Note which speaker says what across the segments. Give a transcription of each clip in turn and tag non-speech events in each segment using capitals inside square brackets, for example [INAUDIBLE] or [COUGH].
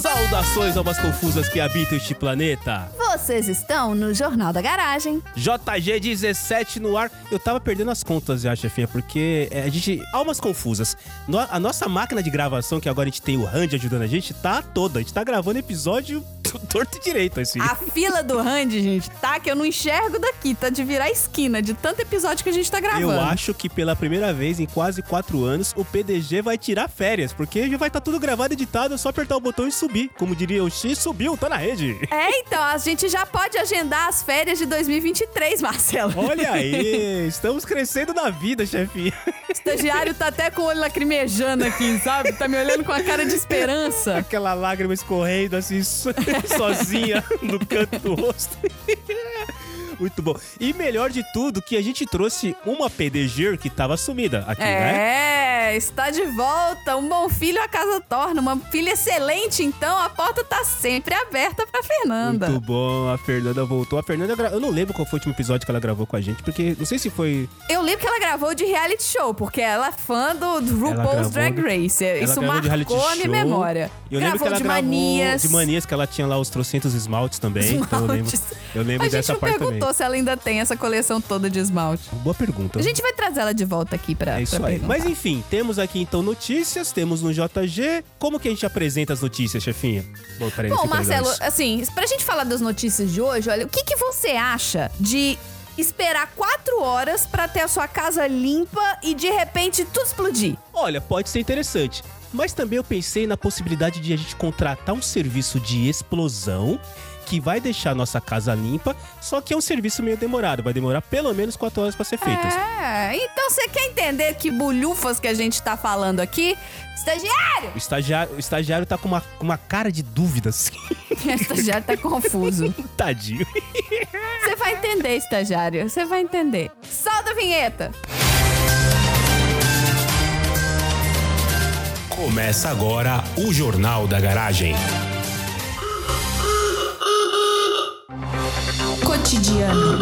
Speaker 1: Saudações, almas confusas que habitam este planeta.
Speaker 2: Vocês estão no Jornal da Garagem.
Speaker 1: JG17 no ar. Eu tava perdendo as contas já, chefinha, porque é, a gente. Almas confusas. No- a nossa máquina de gravação, que agora a gente tem o Randy ajudando a gente, tá toda. A gente tá gravando episódio [LAUGHS] torto e direito, assim.
Speaker 2: A fila do Randy, gente, tá que eu não enxergo daqui, tá de virar esquina de tanto episódio que a gente tá gravando.
Speaker 1: Eu acho que pela primeira vez em quase quatro anos, o PDG vai tirar férias, porque já vai estar tudo gravado, editado, é só apertar o botão e subir. Como diria o X, subiu, tá na rede.
Speaker 2: É, então, a gente já pode agendar as férias de 2023, Marcelo.
Speaker 1: Olha aí, estamos crescendo na vida, chefinha.
Speaker 2: O estagiário tá até com o olho lacrimejando aqui, sabe? Tá me olhando com a cara de
Speaker 1: [LAUGHS]
Speaker 2: esperança.
Speaker 1: Aquela lágrima escorrendo assim, so- [LAUGHS] sozinha no canto do rosto. [LAUGHS] Muito bom. E melhor de tudo, que a gente trouxe uma PDG que tava sumida aqui, né?
Speaker 2: É, está de volta. Um bom filho a casa torna. Uma filha excelente, então a porta tá sempre aberta pra Fernanda.
Speaker 1: Muito bom, a Fernanda voltou. A Fernanda, gra- eu não lembro qual foi o último episódio que ela gravou com a gente, porque não sei se foi
Speaker 2: Eu lembro que ela gravou de reality show, porque ela é fã do do
Speaker 1: Ela gravou
Speaker 2: RuPaul's Drag
Speaker 1: de-
Speaker 2: Race.
Speaker 1: Ela
Speaker 2: Isso
Speaker 1: gravou de reality
Speaker 2: marcou a minha
Speaker 1: show.
Speaker 2: memória.
Speaker 1: E Eu lembro que
Speaker 2: gravou
Speaker 1: ela
Speaker 2: de
Speaker 1: gravou
Speaker 2: manias.
Speaker 1: de
Speaker 2: [LAUGHS]
Speaker 1: manias que ela tinha lá os trocentos esmaltes também. Então eu lembro,
Speaker 2: Esmaltes.
Speaker 1: eu lembro
Speaker 2: A gente
Speaker 1: dessa
Speaker 2: não
Speaker 1: parte
Speaker 2: perguntou se ela ainda tem essa coleção toda de esmalte.
Speaker 1: também. Boa pergunta.
Speaker 2: A gente vai trazer ela de volta aqui pra,
Speaker 1: é isso
Speaker 2: pra
Speaker 1: aí.
Speaker 2: perguntar.
Speaker 1: Mas enfim, temos aqui então notícias, temos no JG. Como que a gente apresenta as notícias, chefinha? Bom, peraí, deixa
Speaker 2: Bom,
Speaker 1: eu pegar
Speaker 2: Marcelo,
Speaker 1: é isso.
Speaker 2: assim, pra gente falar das notícias de hoje, olha, o que, que você acha de esperar quatro horas pra ter a sua casa limpa e de repente tudo explodir?
Speaker 1: Olha, pode ser interessante. Mas também eu pensei na possibilidade de a gente contratar um serviço de explosão que vai deixar a nossa casa limpa, só que é um serviço meio demorado, vai demorar pelo menos quatro horas pra ser feito.
Speaker 2: É, então você quer entender que bolhufas que a gente tá falando aqui?
Speaker 1: [LAUGHS]
Speaker 2: Estagiário!
Speaker 1: O estagiário, o estagiário tá com uma, com uma cara de dúvida, [LAUGHS] assim.
Speaker 2: estagiário tá confuso.
Speaker 1: Tadinho.
Speaker 2: Você vai entender, estagiário. Você vai entender. Solta a vinheta!
Speaker 3: Começa agora o Jornal da Garagem.
Speaker 2: Cotidiano.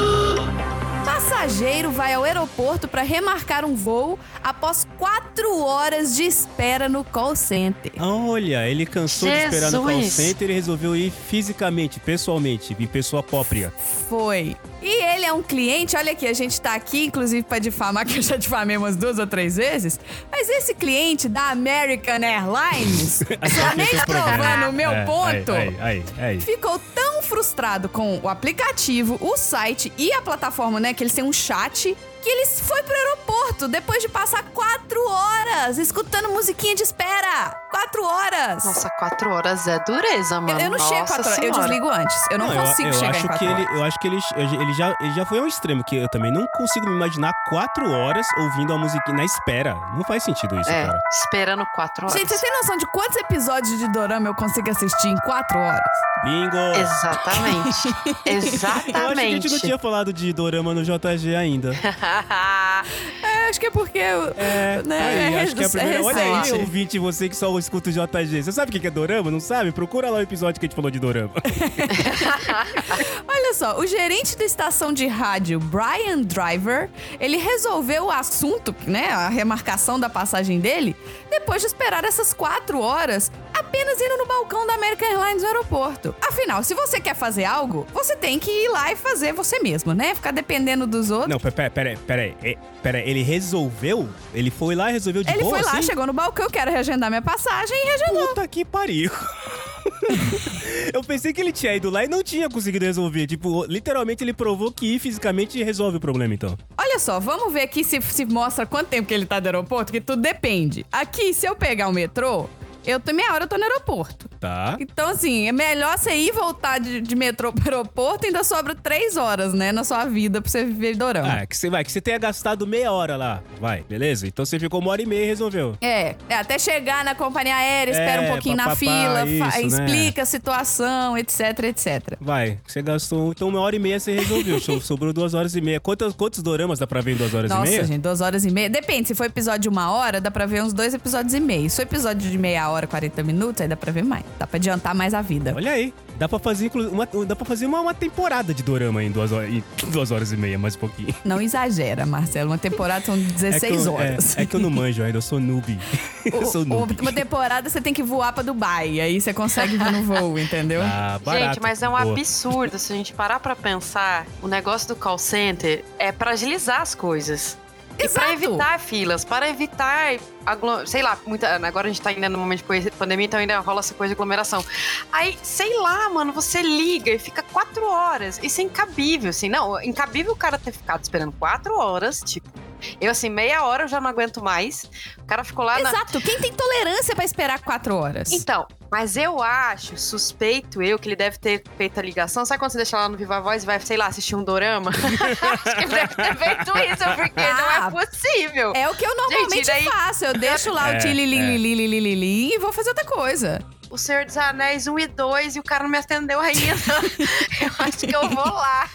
Speaker 2: Passageiro vai ao aeroporto para remarcar um voo após quatro horas de espera no call center.
Speaker 1: Olha, ele cansou de esperar no call
Speaker 4: Jesus.
Speaker 1: center e resolveu ir fisicamente, pessoalmente, em pessoa própria.
Speaker 2: Foi. E ele é um cliente, olha aqui, a gente tá aqui, inclusive, pra difamar, [LAUGHS] que eu já difamei umas duas ou três vezes. Mas esse cliente da American
Speaker 1: [LAUGHS]
Speaker 2: Airlines, só
Speaker 1: Assim,
Speaker 2: nem provando o meu
Speaker 1: É,
Speaker 2: ponto.
Speaker 1: Aí, aí, aí. aí.
Speaker 2: Ficou tão frustrado com o aplicativo, o site e a plataforma, né? Que eles têm um chat. Que eles foi pro aeroporto depois de passar quatro horas escutando musiquinha de espera. Quatro horas.
Speaker 4: Nossa, quatro horas é dureza,
Speaker 2: eu,
Speaker 4: mano.
Speaker 2: eu não
Speaker 4: Nossa
Speaker 2: chego quatro horas. Eu
Speaker 4: Senhora.
Speaker 2: desligo antes. Eu não,
Speaker 1: eu-
Speaker 2: consigo
Speaker 1: eu,
Speaker 2: chegar
Speaker 1: acho
Speaker 2: em quatro
Speaker 1: que
Speaker 2: horas.
Speaker 1: ele, eu acho que ele, ele já, ele já foi ao extremo, que eu também não consigo me imaginar quatro horas ouvindo a musiquinha na espera. Não faz sentido isso,
Speaker 4: É,
Speaker 1: cara.
Speaker 4: esperando quatro horas.
Speaker 2: Gente, você tem noção de quantos episódios de Dorama eu consigo assistir em quatro horas?
Speaker 1: Bingo! Eu acho
Speaker 2: [LAUGHS]
Speaker 4: Exatamente.
Speaker 1: que a gente não
Speaker 4: Exatamente.
Speaker 1: tinha falado de Dorama no JG
Speaker 2: [LAUGHS]
Speaker 1: ainda.
Speaker 4: [LAUGHS]
Speaker 2: É, acho que é porque eu.
Speaker 1: É,
Speaker 2: né,
Speaker 1: aí,
Speaker 2: é
Speaker 1: acho que é a
Speaker 2: res-
Speaker 1: primeira.
Speaker 2: é
Speaker 1: Olha aí,
Speaker 2: recente.
Speaker 1: ouvinte, você que só escuta o JG. Você sabe o que que é dorama? Não sabe? Procura lá o episódio que a gente falou de dorama.
Speaker 2: Olha só, o gerente da estação de rádio, Brian Driver, ele resolveu o assunto, né, a remarcação da passagem dele, depois de esperar essas quatro horas apenas indo no balcão da American Airlines no aeroporto. Afinal, se você quer fazer algo, você tem que ir lá e fazer você mesmo, né? Ficar dependendo dos outros.
Speaker 1: Não, peraí, peraí, peraí. É, Peraí, ele resolveu? Ele foi lá e resolveu de
Speaker 2: Ele
Speaker 1: boa,
Speaker 2: foi lá,
Speaker 1: assim?
Speaker 2: chegou no balcão, quero reagendar minha passagem e reagendou.
Speaker 1: Puta que pariu. [LAUGHS] Eu pensei que ele tinha ido lá e não tinha conseguido resolver. Tipo, literalmente ele provou que ir fisicamente resolve o problema, então.
Speaker 2: Olha só, vamos ver aqui se, se mostra quanto tempo que ele tá no aeroporto, que tudo depende. Aqui, se eu pegar o metrô, eu tô meia hora eu tô no aeroporto.
Speaker 1: Tá.
Speaker 2: Então, assim, é melhor você ir e voltar de, de metrô pro aeroporto e ainda sobra três horas, né, na sua vida pra você viver dorama.
Speaker 1: Ah, que você vai, que você tenha gastado meia hora lá. Vai, beleza? Então você ficou uma hora e meia e resolveu.
Speaker 2: É, é, até chegar na companhia aérea, espera
Speaker 1: É,
Speaker 2: um pouquinho na
Speaker 1: papapá,
Speaker 2: fila, fa-
Speaker 1: isso, né?
Speaker 2: explica a situação, etc, etc.
Speaker 1: Vai, você gastou. Então, uma hora e meia você resolveu. So- [LAUGHS] Sobrou duas horas e meia. Quantos, quantos doramas dá pra ver em duas horas e
Speaker 2: Nossa,
Speaker 1: meia?
Speaker 2: gente, duas horas e meia. Depende, se for episódio de uma hora, dá pra ver uns dois episódios e meio. Se for episódio de meia hora, 40 minutos, aí dá pra ver mais. Dá pra adiantar mais a vida.
Speaker 1: É, Olha aí. Dá pra fazer, inclu- uma, dá pra fazer uma, uma temporada de dorama em duas, horas, em duas horas e meia, mais um pouquinho.
Speaker 2: Não exagera, Marcelo. Uma temporada são
Speaker 1: É que eu-
Speaker 2: 16
Speaker 1: é-
Speaker 2: horas.
Speaker 1: É, que eu não manjo ainda, eu sou
Speaker 2: [LAUGHS]
Speaker 1: noob.
Speaker 2: O-
Speaker 1: eu sou
Speaker 2: o-
Speaker 1: noob.
Speaker 2: uma temporada você tem que voar pra Dubai. Aí você consegue vir
Speaker 1: [LAUGHS]
Speaker 2: no voo, entendeu?
Speaker 1: Ah,
Speaker 4: gente, mas é um
Speaker 1: boa.
Speaker 4: absurdo se a gente parar pra pensar. O negócio do call center é pra agilizar as coisas. E
Speaker 2: Exato.
Speaker 4: pra evitar filas, para evitar, aglo- sei lá, muita, agora a gente tá ainda no momento de coisa- pandemia, então ainda rola essa coisa de aglomeração. Aí, sei lá, mano, você liga e fica quatro horas. Isso é incabível, assim. Não, incabível o cara ter ficado esperando quatro horas, tipo. Eu, assim, meia hora eu já não aguento mais. O cara ficou lá na,
Speaker 2: Exato. Quem tem tolerância pra esperar quatro horas?
Speaker 4: então, mas eu acho, suspeito eu, que ele deve ter feito a ligação. Sabe quando você deixa lá no Viva Voz e vai, sei lá, assistir um dorama? [LAUGHS] acho que ele deve ter feito isso, porque
Speaker 2: Ah.
Speaker 4: não é possível.
Speaker 2: É o que eu normalmente
Speaker 4: daí-
Speaker 2: faço. Eu deixo lá
Speaker 1: [LAUGHS] É,
Speaker 2: o tili li,
Speaker 1: é.
Speaker 2: li, li, li, li, li, li, e vou fazer outra coisa.
Speaker 4: O Senhor dos Anéis 1 e 2 e o cara não me
Speaker 1: [LAUGHS]
Speaker 4: atendeu ainda. [LAUGHS] eu acho que eu vou lá.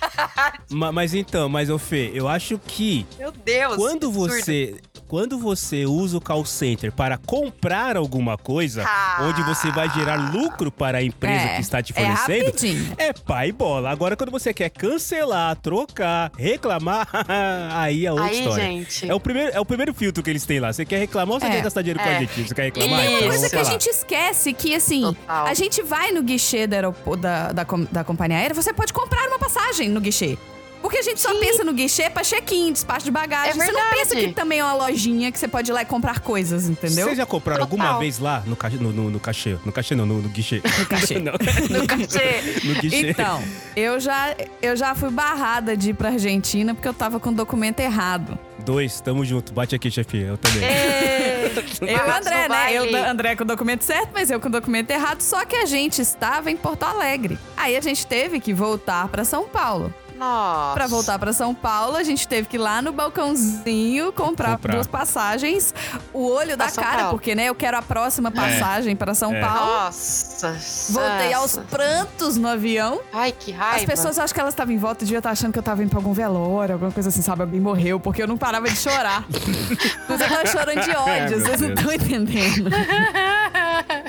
Speaker 1: Ma- mas então, mas ô Fê, eu acho que
Speaker 4: Meu Deus.
Speaker 1: quando
Speaker 4: que absurdo.
Speaker 1: você. Quando você usa o call center para comprar alguma coisa,
Speaker 4: Ah.
Speaker 1: onde você vai gerar lucro para a empresa
Speaker 2: É,
Speaker 1: que está te
Speaker 2: É
Speaker 1: fornecendo,
Speaker 2: rapidinho.
Speaker 1: é, pai e bola. Agora, quando você quer cancelar, trocar, reclamar, [LAUGHS] aí é outra
Speaker 4: Aí,
Speaker 1: história.
Speaker 4: gente.
Speaker 1: É o, primeiro, é o primeiro filtro que eles têm lá. Você quer reclamar ou você
Speaker 2: É.
Speaker 1: quer gastar dinheiro com
Speaker 4: É.
Speaker 1: a gente? Você quer
Speaker 2: E
Speaker 1: reclamar?
Speaker 2: tem uma
Speaker 1: Então,
Speaker 2: coisa que
Speaker 1: sei
Speaker 2: a
Speaker 1: lá.
Speaker 2: gente esquece, que assim,
Speaker 4: Total.
Speaker 2: a gente vai no guichê da, aeropo- da, da com- da companhia aérea, você pode comprar uma passagem no guichê. Porque a gente só pensa no guichê pra check-in, despacho de bagagem.
Speaker 4: É
Speaker 2: você não
Speaker 4: verdade.
Speaker 2: pensa que também é uma lojinha que você pode ir lá e comprar coisas, entendeu?
Speaker 1: Vocês já compraram
Speaker 4: Total.
Speaker 1: alguma vez lá no, ca... no, no, no cachê? No cachê não, no, no guichê.
Speaker 2: No cachê.
Speaker 1: [LAUGHS] não, [LAUGHS]
Speaker 4: No cachê.
Speaker 1: no guichê.
Speaker 2: Então, eu já, eu já fui barrada de ir pra Argentina porque eu tava com o documento
Speaker 4: [LAUGHS]
Speaker 2: errado.
Speaker 1: Dois, tamo junto. Bate aqui, chefe. Eu também.
Speaker 2: É. Eu
Speaker 4: Ei.
Speaker 2: e o
Speaker 4: Barrados
Speaker 2: André,
Speaker 4: no
Speaker 2: né? Eu,
Speaker 4: baile.
Speaker 2: da- André com o documento certo, mas eu com o documento errado. Só que a gente estava em Porto Alegre. Aí a gente teve que voltar pra São Paulo.
Speaker 4: Nossa.
Speaker 2: Pra voltar pra São Paulo, a gente teve que ir lá no balcãozinho comprar,
Speaker 1: Comprar.
Speaker 2: duas passagens. O olho da
Speaker 4: Pra São
Speaker 2: cara,
Speaker 4: Paulo.
Speaker 2: porque, né? Eu quero a próxima passagem pra São
Speaker 1: É.
Speaker 2: Paulo.
Speaker 4: Nossa.
Speaker 2: Voltei aos
Speaker 4: nossa.
Speaker 2: prantos no avião.
Speaker 4: Ai, que raiva.
Speaker 2: As pessoas acham que elas estavam em volta, devia estar achando que eu tava indo pra algum velório, alguma coisa assim, sabe? Alguém morreu, porque eu não parava de
Speaker 1: [LAUGHS]
Speaker 2: chorar. Mas eu tava chorando de
Speaker 1: Ai,
Speaker 2: ódio,
Speaker 1: É, meu
Speaker 2: vocês não
Speaker 1: Deus.
Speaker 2: estão entendendo.
Speaker 4: É,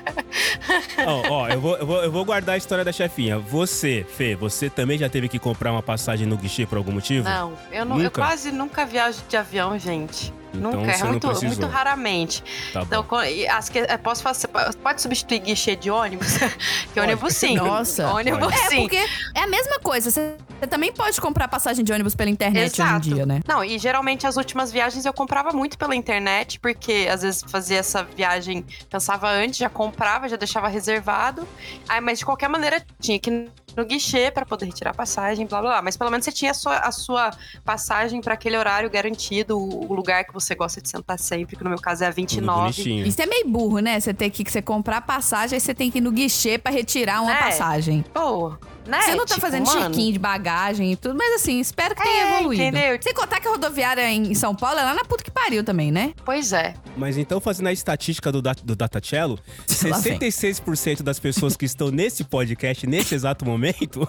Speaker 1: Ó, ó, eu vou, eu, vou, eu vou guardar a história da chefinha. Você, Fê, você também já teve que comprar uma passagem no guichê por algum motivo?
Speaker 4: [LAUGHS] Não, eu, não eu
Speaker 1: Nunca?
Speaker 4: quase nunca viajo de avião, gente.
Speaker 1: Então
Speaker 4: nunca,
Speaker 1: você
Speaker 4: é
Speaker 1: não
Speaker 4: muito,
Speaker 1: precisou.
Speaker 4: muito raramente.
Speaker 1: Tá
Speaker 4: Então,
Speaker 1: bom.
Speaker 4: co- e as que- eu posso fazer, pode substituir guichê de ônibus? [LAUGHS] que ônibus sim.
Speaker 2: Nossa.
Speaker 4: Ônibus
Speaker 1: Pode.
Speaker 2: É,
Speaker 4: sim.
Speaker 2: porque é a mesma coisa. Você você também pode comprar passagem de ônibus pela internet hoje em dia, né?
Speaker 4: Não, e geralmente as últimas viagens eu comprava muito pela internet, porque às vezes fazia essa viagem, pensava antes, já comprava, já deixava reservado. Aí, mas de qualquer maneira tinha que ir no guichê pra poder retirar a passagem, blá blá blá. Mas pelo menos você tinha a sua, a sua passagem pra aquele horário garantido, o o lugar que você gosta de sentar sempre, que no meu caso é a
Speaker 1: Tudo
Speaker 4: 29.
Speaker 1: bonitinho.
Speaker 2: Isso é meio burro, né? Você ter que, que você comprar passagem, aí você tem que ir no guichê pra retirar uma
Speaker 4: É.
Speaker 2: passagem.
Speaker 4: Boa. Né?
Speaker 2: Você não tá
Speaker 4: Tipo,
Speaker 2: fazendo
Speaker 4: mano,
Speaker 2: check-in de bagagem e tudo, mas assim, espero que tenha
Speaker 4: É,
Speaker 2: evoluído.
Speaker 4: entendeu?
Speaker 2: Sem contar que a rodoviária em São Paulo é lá na puta que pariu também, né?
Speaker 4: Pois é.
Speaker 1: Mas então, fazendo a estatística do, da- do Datacello,
Speaker 2: [LAUGHS] Lá vem.
Speaker 1: 66% das pessoas que estão nesse podcast, nesse exato momento, [LAUGHS]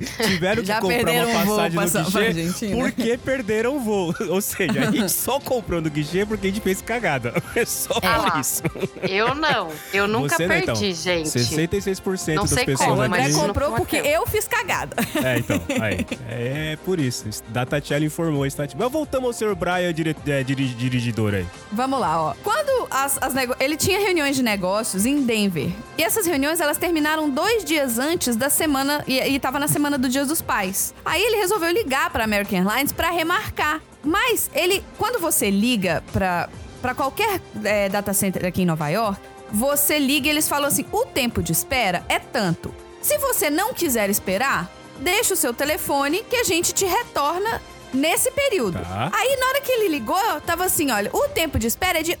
Speaker 1: tiveram que
Speaker 2: Já
Speaker 1: comprar
Speaker 2: perderam
Speaker 1: uma
Speaker 2: um voo
Speaker 1: passagem
Speaker 2: pra São- pra
Speaker 1: no guichê
Speaker 2: Argentina.
Speaker 1: porque perderam o voo. [LAUGHS] Ou seja, a
Speaker 2: [LAUGHS]
Speaker 1: gente só comprou no guichê porque a gente fez cagada. [LAUGHS] É só por
Speaker 4: Ah lá.
Speaker 1: isso.
Speaker 4: Eu não. Eu nunca
Speaker 1: Você não,
Speaker 4: perdi,
Speaker 1: então.
Speaker 4: gente.
Speaker 1: 66%
Speaker 4: Não
Speaker 1: das
Speaker 4: sei
Speaker 1: pessoas
Speaker 4: como,
Speaker 2: O
Speaker 1: aqui...
Speaker 2: André
Speaker 4: mas não
Speaker 2: comprou
Speaker 4: foi
Speaker 2: porque
Speaker 4: aquela.
Speaker 2: eu fiz cagada.
Speaker 1: É, então, aí. É por isso. Datacello informou a estatística. Mas voltamos ao senhor Brian, dire... é, diri- dirigidor aí.
Speaker 2: Vamos lá, ó. Quando as, as nego- ele tinha reuniões de negócios em Denver. E essas reuniões, elas terminaram dois dias antes da semana... E, e tava na semana do Dia dos Pais. Aí ele resolveu ligar pra American Airlines pra remarcar. Mas ele... Quando você liga pra, pra qualquer é, data center aqui em Nova York, você liga e eles falam assim, o tempo de espera é tanto. Se você não quiser esperar, deixa o seu telefone que a gente te retorna nesse período.
Speaker 1: Tá.
Speaker 2: Aí na hora que ele ligou, tava assim, olha, o tempo de espera é de 8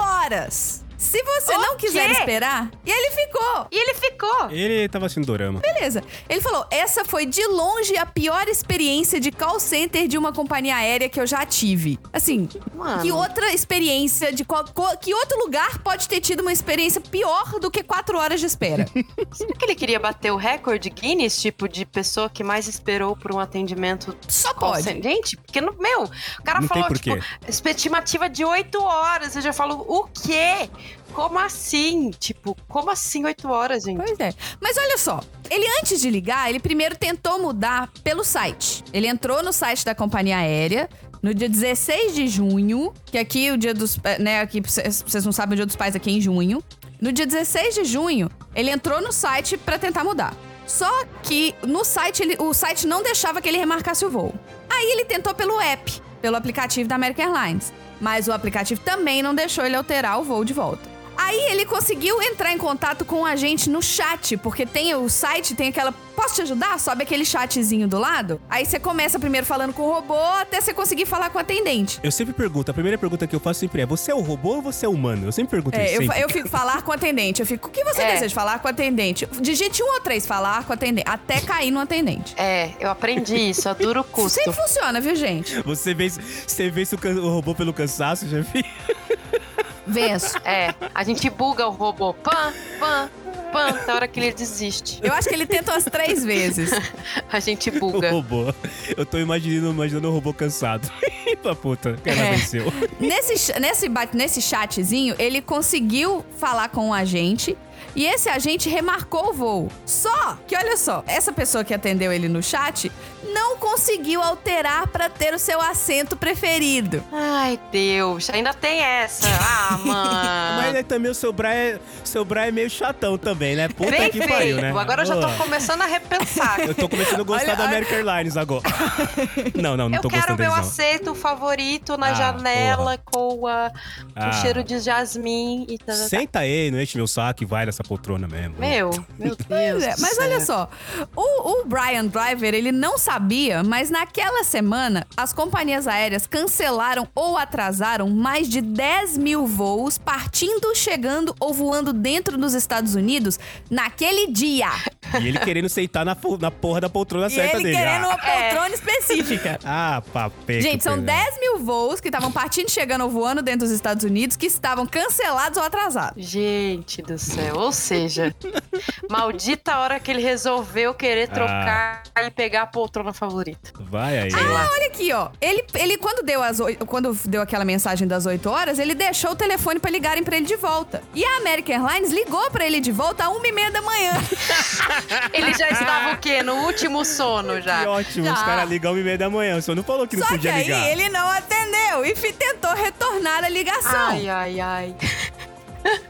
Speaker 2: horas. Se você
Speaker 4: O
Speaker 2: não quiser
Speaker 4: quê?
Speaker 2: esperar, e ele ficou.
Speaker 4: E ele ficou.
Speaker 1: Ele tava assistindo dorama.
Speaker 2: Beleza. Ele falou: essa foi de longe a pior experiência de call center de uma companhia aérea que eu já tive. Assim,
Speaker 4: Mano.
Speaker 2: que outra experiência de qual, co- que outro lugar pode ter tido uma experiência pior do que quatro horas de
Speaker 4: [LAUGHS]
Speaker 2: espera?
Speaker 4: Será que ele queria bater o recorde Guinness, tipo, de pessoa que mais esperou por um atendimento?
Speaker 2: Só pode.
Speaker 4: Gente, porque, no, meu, o cara
Speaker 1: Não tem
Speaker 4: falou,
Speaker 1: porquê.
Speaker 4: tipo, estimativa de 8 horas. Eu já falo, o quê? Co- como assim? Tipo, como assim oito horas, gente?
Speaker 2: Pois é. Mas olha só, ele antes de ligar, ele primeiro tentou mudar pelo site. Ele entrou no site da companhia aérea. No dia 16 de junho, que aqui o dia dos. eh, né, aqui vocês vocês não sabem o dia dos pais aqui é em junho. No dia 16 de junho, ele entrou no site pra tentar mudar. Só que no site, ele- o site não deixava que ele remarcasse o voo. Aí ele tentou pelo app, pelo aplicativo da American Airlines. Mas o aplicativo também não deixou ele alterar o voo de volta. Aí ele conseguiu entrar em contato com a gente no chat, porque tem o site, tem aquela. Posso te ajudar? Sobe aquele chatzinho do lado. Aí você começa primeiro falando com o robô até você conseguir falar com o atendente.
Speaker 1: Eu sempre pergunto, a primeira pergunta que eu faço sempre é: você é o robô ou você é humano? Eu sempre pergunto
Speaker 2: É,
Speaker 1: isso.
Speaker 2: eu, fa-
Speaker 1: sempre.
Speaker 2: eu fico falar com o atendente. Eu fico, o que você
Speaker 4: É.
Speaker 2: deseja falar com o atendente? Digite um ou três, falar com o atendente. Até cair no atendente.
Speaker 4: É, eu aprendi isso,
Speaker 1: [LAUGHS]
Speaker 4: a duro custo.
Speaker 2: Sempre funciona, viu, gente?
Speaker 1: Você vê, se- você vê se o, can- o robô pelo cansaço, já vi. [LAUGHS]
Speaker 2: Venço.
Speaker 4: É, a gente buga o robô. Pã, pã, pã, até a hora que ele desiste.
Speaker 2: Eu acho que ele tenta umas três vezes.
Speaker 4: A gente
Speaker 1: [LAUGHS] O
Speaker 4: buga.
Speaker 1: robô. Eu tô imaginando, imaginando o robô cansado. [LAUGHS] Eita puta, o cara
Speaker 2: É.
Speaker 1: venceu.
Speaker 2: nesse, ch- nesse, ba- nesse chatzinho, ele conseguiu falar com o agente. E esse agente remarcou o voo. Só que, olha só, essa pessoa que atendeu ele no chat não conseguiu alterar pra ter o seu assento preferido.
Speaker 4: Ai, Deus, ainda tem essa. Ah,
Speaker 1: [LAUGHS] Mas
Speaker 4: mano.
Speaker 1: aí também o seu Brian, é- seu Brian é meio chatão também, né? Puta
Speaker 4: Bem
Speaker 1: que pariu,
Speaker 4: feio.
Speaker 1: né?
Speaker 4: Agora eu já tô
Speaker 1: Pô,
Speaker 4: começando
Speaker 1: [LAUGHS]
Speaker 4: a repensar.
Speaker 1: Eu tô começando a gostar
Speaker 2: Olha,
Speaker 1: da
Speaker 2: olha-
Speaker 1: American Airlines agora. Não, não, não
Speaker 4: Eu
Speaker 1: tô
Speaker 4: quero
Speaker 1: gostando
Speaker 4: meu
Speaker 1: deles, não.
Speaker 4: aceito favorito na
Speaker 1: Ah,
Speaker 4: janela com, a- com
Speaker 1: Ah.
Speaker 4: o cheiro de jasmim e tal.
Speaker 1: Senta aí, não enche meu saco e vai nessa poltrona mesmo.
Speaker 4: Meu, meu Deus.
Speaker 2: Pois é,
Speaker 4: do
Speaker 2: mas
Speaker 4: céu.
Speaker 2: olha só, o, o Brian Driver, ele não sabia, mas naquela semana, as companhias aéreas cancelaram ou atrasaram mais de 10 mil voos partindo, chegando ou voando dentro dos Estados Unidos naquele dia.
Speaker 1: E ele querendo sentar na, fo- na porra da poltrona
Speaker 2: E
Speaker 1: certa
Speaker 2: ele
Speaker 1: dele.
Speaker 2: querendo uma
Speaker 1: Ah, [LAUGHS]
Speaker 2: poltrona específica.
Speaker 1: ah papê.
Speaker 2: Gente, são
Speaker 1: dez
Speaker 2: 10 mil voos que estavam partindo, chegando ou voando dentro dos Estados Unidos que estavam cancelados ou atrasados.
Speaker 4: Gente do céu, ou
Speaker 1: [LAUGHS]
Speaker 4: seja, maldita hora que ele resolveu querer
Speaker 1: Ah.
Speaker 4: trocar e pegar a poltrona favorita.
Speaker 1: Vai aí.
Speaker 4: Sei lá.
Speaker 2: Olha aqui, ó. Ele, ele quando, deu as oi- quando deu aquela mensagem das 8 horas, ele deixou o telefone pra ligarem pra ele de volta. E a American Airlines ligou pra ele de volta a 1 e meia da manhã.
Speaker 4: Ele já estava o quê? No último sono já.
Speaker 1: Que é ótimo, os
Speaker 2: Já.
Speaker 1: caras ligam uma e meia da manhã. O senhor não falou [LAUGHS] que não
Speaker 2: tá. Só que
Speaker 1: podia
Speaker 2: aí
Speaker 1: ligar.
Speaker 2: ele não atendeu e fi- tentou retornar a ligação.
Speaker 4: Ai, ai, ai.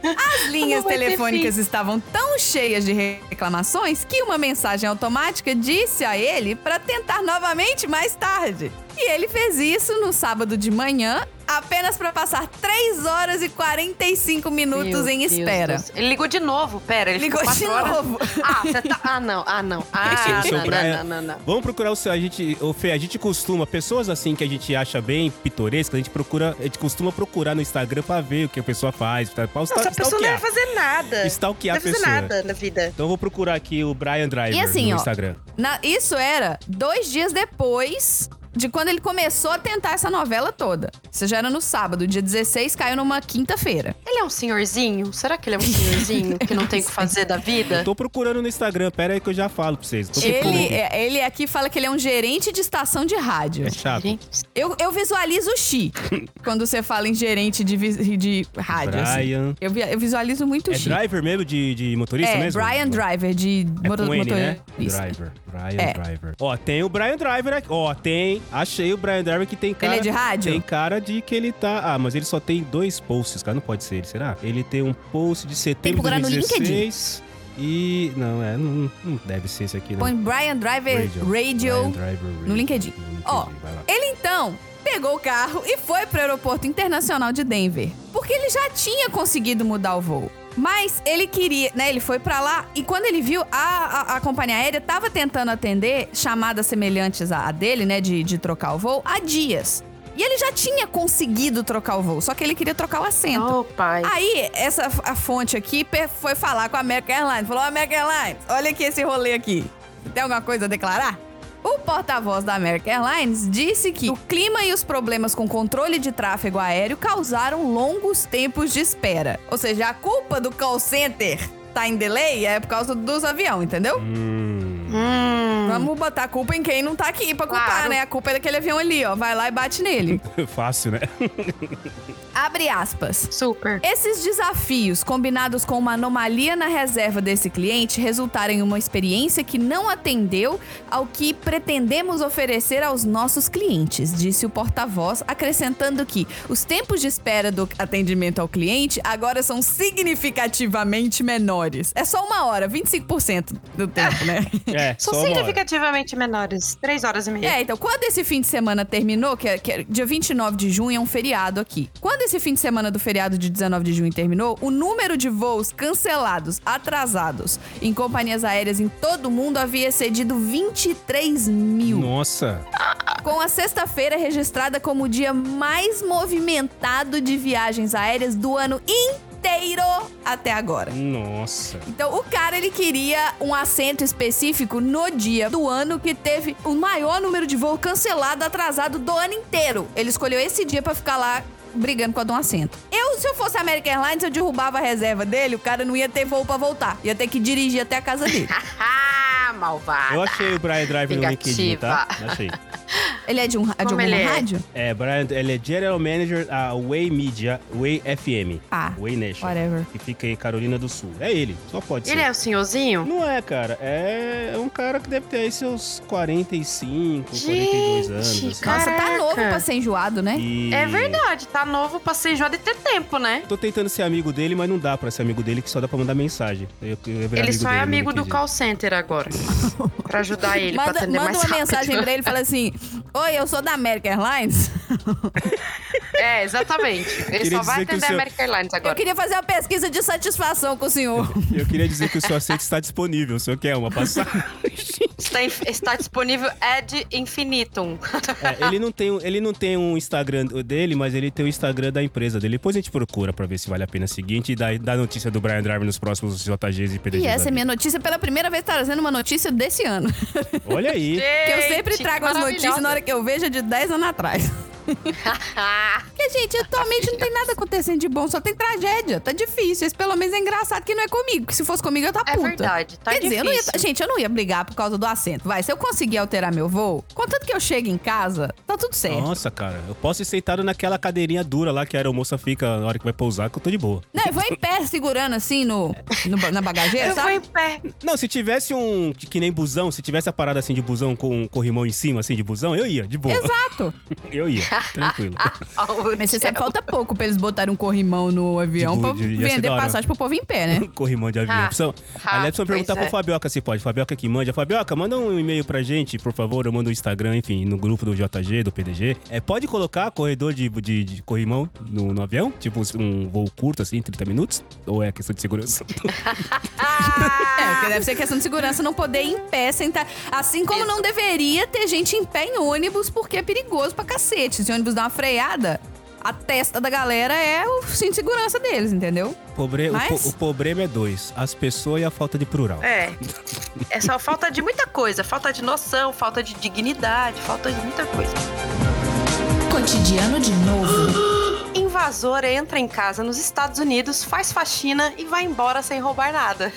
Speaker 2: As linhas
Speaker 4: Não vai ter
Speaker 2: telefônicas estavam tão cheias de reclamações que uma mensagem automática disse a ele para tentar novamente mais tarde. E ele fez isso no sábado de manhã, apenas para passar 3 horas e 45 minutos
Speaker 4: Meu
Speaker 2: em
Speaker 4: Deus
Speaker 2: espera.
Speaker 4: do céu. Ele ligou de novo, pera. Ele
Speaker 2: Ligou
Speaker 4: ficou
Speaker 2: de
Speaker 4: quatro horas.
Speaker 2: novo.
Speaker 4: Ah, você tá... Ah, não, ah, não.
Speaker 1: Esse é
Speaker 4: Ah,
Speaker 1: o seu
Speaker 4: não,
Speaker 1: Brian.
Speaker 4: não, não, não, não.
Speaker 1: Vamos procurar o seu. A gente, ô Fê, a gente costuma, pessoas assim que a gente acha bem pitorescas, a gente procura, a gente costuma procurar no Instagram pra ver o que a pessoa faz, pra, pra
Speaker 5: Nossa,
Speaker 1: stalkear.
Speaker 5: a pessoa não vai fazer nada.
Speaker 1: Stalkear
Speaker 5: não
Speaker 1: a
Speaker 5: vai fazer
Speaker 1: pessoa.
Speaker 5: nada na vida.
Speaker 1: Então eu vou procurar aqui o Brian Driver
Speaker 2: E assim,
Speaker 1: no
Speaker 2: ó,
Speaker 1: Instagram.
Speaker 2: Na- isso era dois dias depois de quando ele começou a tentar essa novela toda. Isso já era no sábado, dia 16, caiu numa quinta-feira.
Speaker 4: Ele é um senhorzinho? Será que ele é um senhorzinho que não tem o que fazer da vida?
Speaker 1: Tô procurando no Instagram, pera aí que eu já falo pra vocês. Tô procurando.
Speaker 2: Ele, é- ele aqui fala que ele é um gerente de estação de rádio.
Speaker 1: É chato.
Speaker 4: Gente,
Speaker 2: Eu, eu visualizo
Speaker 1: [LAUGHS]
Speaker 2: o Xi quando você fala em gerente de, vi- de rádio. assim.
Speaker 1: Brian.
Speaker 2: Eu, vi- eu visualizo muito o
Speaker 1: É
Speaker 2: Xi.
Speaker 1: driver mesmo de, de motorista
Speaker 2: é,
Speaker 1: mesmo?
Speaker 2: Brian Driver de
Speaker 1: É
Speaker 2: motor-
Speaker 1: com N, né?
Speaker 2: motorista.
Speaker 1: Driver. Brian
Speaker 2: É.
Speaker 1: Driver. Ó, tem o Brian Driver aqui. Ó, tem. Achei o Brian Driver que tem cara.
Speaker 2: Ele é de rádio?
Speaker 1: Tem cara de que ele tá. Ah, mas ele só tem dois posts, cara. Não pode ser ele, será? Ele tem um post de setembro de
Speaker 2: procurar no
Speaker 1: 2016. E. Não, é. Não, não deve ser esse aqui, não.
Speaker 2: Põe Brian Driver Radio.
Speaker 1: Brian Driver Radio.
Speaker 2: no LinkedIn. Ó,
Speaker 1: vai lá.
Speaker 2: Ele então pegou o carro e foi para o aeroporto internacional de Denver, porque ele já tinha conseguido mudar o voo. Mas ele queria, né? Ele foi pra lá e quando ele viu, a, a, a companhia aérea tava tentando atender chamadas semelhantes à à dele, né? De, de trocar o voo, há dias. E ele já tinha conseguido trocar o voo, só que ele queria trocar o assento.
Speaker 4: oh, pai.
Speaker 2: Aí, essa f- a fonte aqui pe- foi falar com a American Airlines. Falou, "Ó, American Airlines, olha aqui esse rolê aqui. Tem alguma coisa a declarar? O porta-voz da American Airlines disse que o clima e os problemas com controle de tráfego aéreo causaram longos tempos de espera. Ou seja, a culpa do call center tá em delay é por causa dos aviões, entendeu?
Speaker 1: Hum. [LAUGHS]
Speaker 4: Hum,
Speaker 2: Vamos botar a culpa em quem não tá aqui pra culpar,
Speaker 4: Claro.
Speaker 2: né? A culpa é daquele avião ali, ó. Vai lá e bate nele.
Speaker 1: Fácil,
Speaker 2: [LAUGHS]
Speaker 1: né?
Speaker 2: Abre aspas.
Speaker 4: Super.
Speaker 2: Esses desafios, combinados com uma anomalia na reserva desse cliente, resultaram em uma experiência que não atendeu ao que pretendemos oferecer aos nossos clientes, disse o porta-voz, acrescentando que os tempos de espera do atendimento ao cliente agora são significativamente menores. É só uma hora, 25% do tempo, né?
Speaker 1: É,
Speaker 4: São
Speaker 1: só uma hora.
Speaker 4: significativamente menores. Três horas e meia.
Speaker 2: É, então, quando esse fim de semana terminou, que é, que é dia 29 de junho, é um feriado aqui. Quando esse fim de semana do feriado de 19 de junho terminou, o número de voos cancelados, atrasados, em companhias aéreas em todo o mundo havia excedido 23 mil.
Speaker 1: Nossa.
Speaker 2: Com a sexta-feira registrada como o dia mais movimentado de viagens aéreas do ano inteiro até agora.
Speaker 1: Nossa.
Speaker 2: Então, o cara, ele queria um assento específico no dia do ano que teve o maior número de voo cancelado, atrasado do ano inteiro. Ele escolheu esse dia pra ficar lá brigando com a de um assento. Eu, se eu fosse a American Airlines, eu derrubava a reserva dele, o cara não ia ter voo pra voltar. Ia ter que dirigir até a casa
Speaker 4: [LAUGHS]
Speaker 2: dele.
Speaker 4: Ah, malvada.
Speaker 1: Eu achei o Brian Driver no
Speaker 4: Vingativa.
Speaker 1: LinkedIn, tá? Achei.
Speaker 2: ele é de, um, é de
Speaker 4: Como
Speaker 2: alguma
Speaker 4: ele é?
Speaker 2: rádio?
Speaker 1: É, Brian, ele é General Manager da Way Media, Way FM.
Speaker 2: Ah,
Speaker 1: Way Nation.
Speaker 2: whatever.
Speaker 1: Que fica em Carolina do Sul. É ele, só pode ser.
Speaker 4: Ele é o senhorzinho?
Speaker 1: Não é, cara. É um cara que deve ter aí seus 45, 42 anos.
Speaker 4: Gente,
Speaker 1: assim.
Speaker 4: cara.
Speaker 2: Nossa, tá
Speaker 4: Caraca.
Speaker 2: novo pra ser enjoado, né?
Speaker 1: E
Speaker 4: É verdade, tá novo pra ser enjoado e ter tempo, né?
Speaker 1: Tô tentando ser amigo dele, mas não dá pra ser amigo dele, que só dá pra mandar mensagem. Eu- eu ia virar
Speaker 4: Ele só é
Speaker 1: dele,
Speaker 4: amigo
Speaker 1: não
Speaker 4: do
Speaker 1: entendi.
Speaker 4: call center agora. pra ajudar ele, pra
Speaker 2: Manda,
Speaker 4: atender
Speaker 2: manda
Speaker 4: mais
Speaker 2: uma
Speaker 4: rápido.
Speaker 2: mensagem pra ele e fala assim: Oi, eu sou da American Airlines.
Speaker 4: [LAUGHS] É, exatamente. Ele
Speaker 1: Queria
Speaker 4: só vai
Speaker 1: dizer que o
Speaker 4: atender a
Speaker 1: seu-
Speaker 4: American Airlines
Speaker 2: Eu
Speaker 4: agora.
Speaker 2: queria fazer uma pesquisa de satisfação com o
Speaker 4: [LAUGHS]
Speaker 2: senhor.
Speaker 1: Eu queria dizer que o seu aceite está disponível, se eu quer uma passagem.
Speaker 4: Está, em- está disponível ad infinitum.
Speaker 1: É, ele, não tem, um- ele não tem um Instagram dele, mas ele tem o Instagram da empresa dele. Depois a gente procura pra ver se vale a pena seguinte e dá, dá notícia do Brian Driver nos próximos JGs e PDGs.
Speaker 2: E essa é
Speaker 1: da
Speaker 2: minha notícia pela primeira vez trazendo uma notícia desse ano. [LAUGHS]
Speaker 1: vida. Olha aí.
Speaker 2: [LAUGHS] que eu sempre trago as notícias na hora que eu vejo é de 10 anos atrás. [LAUGHS] Porque, gente, atualmente não tem nada acontecendo de bom, só tem tragédia. Tá difícil. Esse pelo menos é engraçado que não é comigo. Que se fosse comigo, eu tá
Speaker 4: É
Speaker 2: puta.
Speaker 4: verdade, tá
Speaker 2: Quer dizer, eu não ia,
Speaker 4: difícil.
Speaker 2: gente, eu não ia brigar por causa do assento. Vai, se eu conseguir alterar meu voo, contanto que eu chegue em casa, tá tudo certo.
Speaker 1: Nossa, cara, eu posso ir sentado naquela cadeirinha dura lá que a aeromoça fica na hora que vai pousar, que eu tô de boa.
Speaker 2: Não, eu vou em pé segurando assim no, no ba- na bagageira,
Speaker 4: [LAUGHS] Eu vou
Speaker 2: sabe?
Speaker 4: em pé.
Speaker 1: Não, se tivesse um. Que nem busão, se tivesse a parada assim de busão com um corrimão em cima, assim, de busão, eu ia, de boa.
Speaker 2: Exato.
Speaker 1: [LAUGHS] Eu ia, tranquilo.
Speaker 2: [LAUGHS] [LAUGHS] Mas você sabe, falta pouco pra eles botarem um corrimão no avião
Speaker 1: Tipo,
Speaker 2: pra
Speaker 1: de- ia ser
Speaker 2: vender
Speaker 1: da hora.
Speaker 2: passagem pro povo em pé, né?
Speaker 1: [LAUGHS] Corrimão de avião.
Speaker 4: Ah,
Speaker 1: Precisa-
Speaker 4: ah,
Speaker 1: Aliás, precisa perguntar
Speaker 4: pois
Speaker 1: pro
Speaker 4: é.
Speaker 1: Fabioca se pode. Fabioca que mande. Fabioca, manda um e-mail pra gente, por favor. Eu mando o Instagram, enfim, no grupo do JG, do PDG. É, pode colocar corredor de, de, de corrimão no, no avião? Tipo um voo curto, assim, 30 minutos? Ou é questão de
Speaker 4: [LAUGHS]
Speaker 1: segurança?
Speaker 2: É, porque deve ser questão de segurança não poder ir em pé, sentar. Assim como não deveria ter gente em pé em ônibus, porque é perigoso pra cacete. Se o ônibus dá uma freada, a testa da galera é o cinto de segurança deles, entendeu?
Speaker 1: Pobre-
Speaker 2: Mas-
Speaker 1: o, po- o problema é dois: as pessoas e a falta de plural.
Speaker 4: É. É só falta de muita coisa. Falta de noção, falta de dignidade, falta de muita coisa.
Speaker 6: Cotidiano de novo.
Speaker 4: Invasor entra em casa nos Estados Unidos, faz faxina e vai embora sem roubar nada.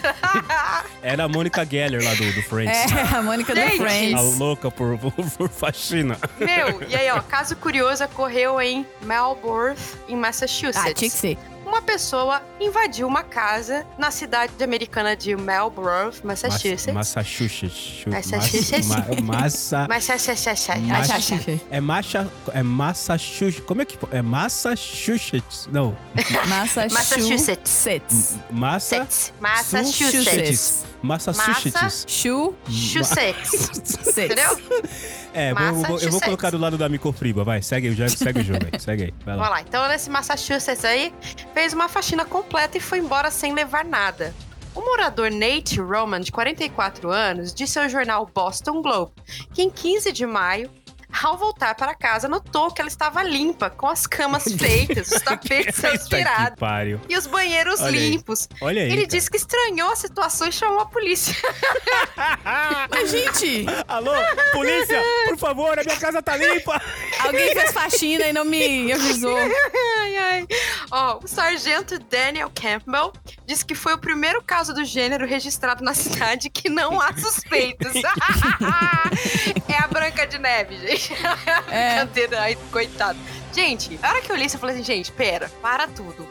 Speaker 4: [LAUGHS]
Speaker 1: Era a É Mônica Geller lá do, do Friends.
Speaker 2: [LAUGHS]
Speaker 1: [LAUGHS]
Speaker 2: É, a Mônica do
Speaker 4: Gente!
Speaker 1: A
Speaker 2: Friends.
Speaker 1: louca por, [LAUGHS] por faxina.
Speaker 4: Meu, e aí, ó, caso curioso ocorreu em Melbourne, em Massachusetts.
Speaker 2: Ah, tinha que ser.
Speaker 4: Uma pessoa invadiu uma casa na cidade americana de Melbourne, Massachusetts.
Speaker 1: Massa- Massachusetts.
Speaker 4: Massachusetts.
Speaker 1: Massa- ma- massa-
Speaker 4: [LAUGHS] Massachusetts.
Speaker 1: Mas- É Macha. É Massachusetts. Como é que. É Massachusetts. Não.
Speaker 4: [LAUGHS]
Speaker 2: Massachusetts.
Speaker 1: Massa.
Speaker 4: Massachusetts.
Speaker 1: Massachusetts.
Speaker 2: Chu.
Speaker 4: Massachusetts. Entendeu?
Speaker 2: Entendeu?
Speaker 1: É, vou- vou- eu vou
Speaker 4: Massachusetts.
Speaker 1: colocar do lado da microfriba. Vai, segue, o jogo- segue o jogo aí. Segue aí. Vai
Speaker 4: Vamos
Speaker 1: lá.
Speaker 4: lá. Então, nesse Massachusetts aí, fez uma faxina completa e foi embora sem levar nada. O morador Nate Roman, de 44 anos, disse ao jornal Boston Globe que em 15 de maio, ao voltar para casa, notou que ela estava limpa, com as camas feitas,
Speaker 1: [LAUGHS]
Speaker 4: os tapetes
Speaker 1: Eita que
Speaker 4: transpirados
Speaker 1: pariu.
Speaker 4: e os banheiros
Speaker 1: Olha aí.
Speaker 4: limpos.
Speaker 1: Olha aí.
Speaker 4: Ele
Speaker 1: cara.
Speaker 4: disse que estranhou a situação e chamou a polícia. [LAUGHS]
Speaker 2: Mas, gente,
Speaker 1: Ah, Alô, polícia, por favor, a minha casa tá limpa.
Speaker 2: alguém fez faxina e não me avisou.
Speaker 4: Ai, ai. Ó, o sargento Daniel Campbell disse que foi o primeiro caso do gênero registrado na cidade que não há suspeitos. [LAUGHS] é a Branca de Neve, gente. [LAUGHS]
Speaker 2: É.
Speaker 4: Brincadeira, ai, coitado. Gente, a hora que eu li isso, eu falei assim, gente, pera, para tudo.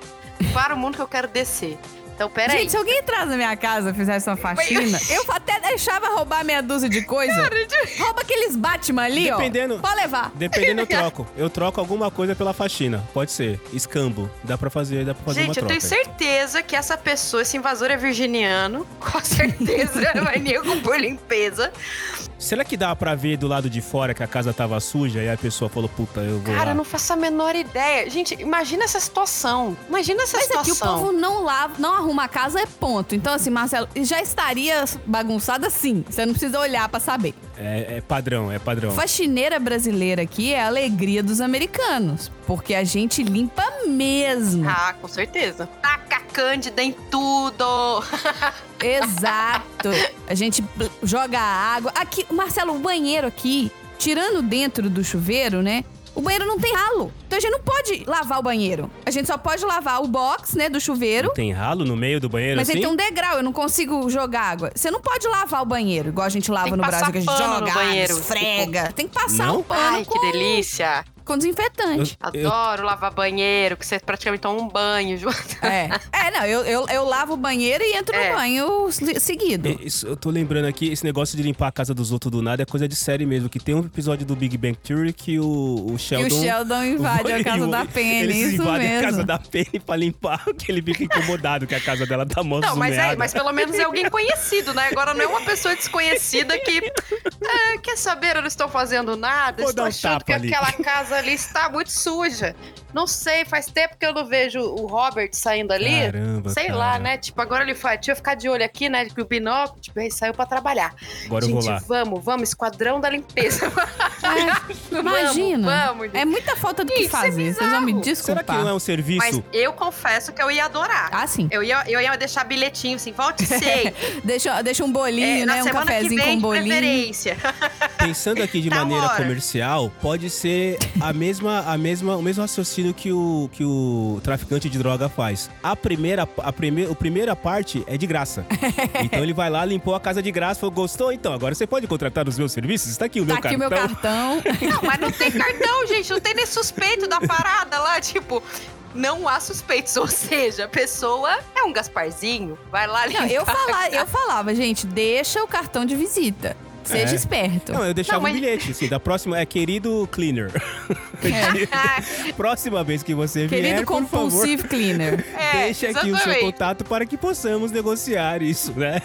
Speaker 4: Para o mundo que eu quero descer. Então, pera aí.
Speaker 2: Gente, se alguém entrasse na minha casa e fizesse uma faxina, eu até deixava roubar meia dúzia de coisa. Rouba aqueles Batman ali, ó.
Speaker 1: Dependendo-
Speaker 2: Pode levar.
Speaker 1: Dependendo, eu troco. Eu troco alguma coisa pela faxina. Pode ser. Escambo. Dá pra fazer, dá pra fazer uma
Speaker 4: Gente, eu
Speaker 1: troca.
Speaker 4: tenho certeza que essa pessoa, esse invasor é virginiano. [LAUGHS] Com certeza [LAUGHS] vai nego por limpeza.
Speaker 1: Será que dá pra ver do lado de fora que a casa tava suja e a pessoa falou, puta, eu vou
Speaker 4: Cara,
Speaker 1: lá.
Speaker 4: eu não faço a menor ideia. Gente, imagina essa situação. Imagina essa
Speaker 2: Mas aqui o
Speaker 4: situação.
Speaker 2: povo não lava, não arruma a casa, é ponto. Então, assim, Marcelo, já estaria bagunçada sim. Você não precisa olhar pra saber.
Speaker 1: É, é padrão, é padrão.
Speaker 2: Faxineira brasileira aqui é a alegria dos americanos. Porque a gente limpa mesmo.
Speaker 4: Ah, com certeza. Taca a Cândida em tudo.
Speaker 2: Exato. A gente bl- joga água. Aqui, Marcelo, o banheiro aqui, tirando dentro do chuveiro, né? O banheiro não tem ralo. Então a gente não pode lavar o banheiro. A gente só pode lavar o box, né, do chuveiro.
Speaker 1: Tem ralo no meio do banheiro
Speaker 2: Mas
Speaker 1: assim?
Speaker 2: ele tem um degrau, eu não consigo jogar água. Você não pode lavar o banheiro, igual a gente lava
Speaker 4: Tem que
Speaker 2: no Brasil,
Speaker 4: passar
Speaker 2: que a gente
Speaker 4: pano no
Speaker 2: joga água,
Speaker 4: banheiro. tipo,
Speaker 2: esfrega. Tem que passar
Speaker 1: Não?
Speaker 2: um pano
Speaker 4: Ai,
Speaker 2: com,
Speaker 4: que delícia.
Speaker 1: [LAUGHS]
Speaker 2: com desinfetante.
Speaker 1: Eu-
Speaker 4: Adoro lavar banheiro, que você praticamente toma um banho. junto.
Speaker 2: É. É, não, eu, eu, eu lavo o banheiro e entro
Speaker 4: É.
Speaker 2: no banho se- seguido.
Speaker 1: É, isso, eu tô lembrando aqui, esse negócio de limpar a casa dos outros do nada é coisa de série mesmo. Que tem um episódio do Big Bang Theory que o, o
Speaker 2: E
Speaker 1: Sheldon.
Speaker 2: o
Speaker 1: [LAUGHS]
Speaker 2: Sheldon invade a casa da Penny,
Speaker 1: Eles
Speaker 2: isso
Speaker 1: invadem
Speaker 2: mesmo.
Speaker 1: a casa da Penny pra limpar, [LAUGHS] que ele fica incomodado que a casa dela tá mó
Speaker 4: Não, mas, é,
Speaker 1: zoneada.
Speaker 4: mas pelo menos é alguém conhecido, né? Agora não é uma pessoa desconhecida que. "Ah, quer saber, eu não estou fazendo nada.
Speaker 1: Vou
Speaker 4: estou
Speaker 1: dar um
Speaker 4: achando
Speaker 1: tapa
Speaker 4: que
Speaker 1: ali."
Speaker 4: aquela casa ali está muito suja. Não sei, faz tempo que eu não vejo o Robert saindo ali.
Speaker 1: Caramba,
Speaker 4: Sei
Speaker 1: cara.
Speaker 4: lá, né? Tipo, agora ele faz. Deixa eu ficar de olho aqui, né? Que o binóculo, tipo, ele saiu pra trabalhar.
Speaker 1: Agora
Speaker 4: Gente,
Speaker 1: eu vou lá.
Speaker 4: vamos, vamos, esquadrão
Speaker 2: [LAUGHS]
Speaker 4: da limpeza.
Speaker 2: É, imagina.
Speaker 4: Vamos, vamos.
Speaker 2: É muita falta do que
Speaker 4: Isso é
Speaker 2: fazer, vocês vão me
Speaker 4: bizarro.
Speaker 1: Será
Speaker 2: desculpar.
Speaker 1: que não é um serviço?
Speaker 4: Mas eu confesso que eu ia adorar.
Speaker 2: Ah, sim.
Speaker 4: Eu ia, eu ia deixar bilhetinho assim,
Speaker 2: [LAUGHS]
Speaker 4: volte sei.
Speaker 2: Deixa, deixa um bolinho,
Speaker 4: É, na
Speaker 2: né? Um
Speaker 4: semana que
Speaker 2: cafezinho
Speaker 4: vem,
Speaker 2: com
Speaker 4: de
Speaker 2: bolinho.
Speaker 4: preferência.
Speaker 1: Pensando aqui de
Speaker 4: Tal
Speaker 1: maneira
Speaker 4: hora.
Speaker 1: comercial, pode ser a mesma, a mesma, o mesmo raciocínio que o, que o traficante de droga faz. A primeira, a prime, a primeira parte é de graça. Então ele vai lá, limpou a casa de graça, falou, gostou? Então, agora você pode contratar os meus serviços? Está aqui o
Speaker 2: Tá
Speaker 1: meu
Speaker 2: aqui
Speaker 1: cartão.
Speaker 2: o meu
Speaker 1: [LAUGHS]
Speaker 2: cartão.
Speaker 4: Não, mas não tem cartão, gente. Não tem nem suspeito da parada lá. Tipo, não há suspeitos. Ou seja, a pessoa é um Gasparzinho. Vai lá
Speaker 2: Não,
Speaker 4: limpar.
Speaker 2: eu, fala, eu falava, gente, deixa o cartão de visita. Seja
Speaker 1: É.
Speaker 2: esperto.
Speaker 1: Não, eu deixava
Speaker 4: Não, mas-
Speaker 1: um bilhete, assim, da próxima é querido cleaner. [LAUGHS] próxima vez que você
Speaker 2: Querido
Speaker 1: vier, por favor,
Speaker 2: compulsive
Speaker 4: [LAUGHS]
Speaker 2: cleaner.
Speaker 4: É,
Speaker 1: deixa aqui o seu
Speaker 4: exatamente.
Speaker 1: contato para que possamos negociar isso, né?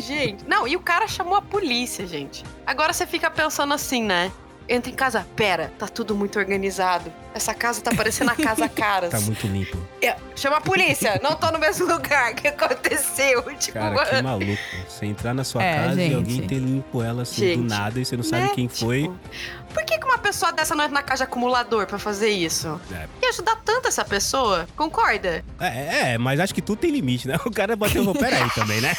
Speaker 4: Gente, não, e o cara chamou a polícia, gente. Agora você fica pensando assim, né? Entra em casa, pera, tá tudo muito organizado. Essa casa tá parecendo
Speaker 1: [LAUGHS]
Speaker 4: a casa caras.
Speaker 1: Tá muito limpo.
Speaker 4: É, Chama a polícia, não tô no mesmo lugar. O que aconteceu? [LAUGHS] Tipo,
Speaker 1: Cara, que maluco. Você entrar na sua
Speaker 2: É,
Speaker 1: casa
Speaker 2: gente.
Speaker 1: e alguém ter limpo ela assim
Speaker 4: Gente,
Speaker 1: do nada e você não
Speaker 4: né?
Speaker 1: sabe quem foi.
Speaker 4: Tipo, por que, que uma pessoa dessa não entra na caixa de acumulador pra fazer isso?
Speaker 1: É.
Speaker 4: E ajudar tanto essa pessoa? Concorda?
Speaker 1: É, é, mas acho que tudo tem limite, né? [LAUGHS] O cara bateu o pera aí também,
Speaker 4: [LAUGHS]
Speaker 1: né?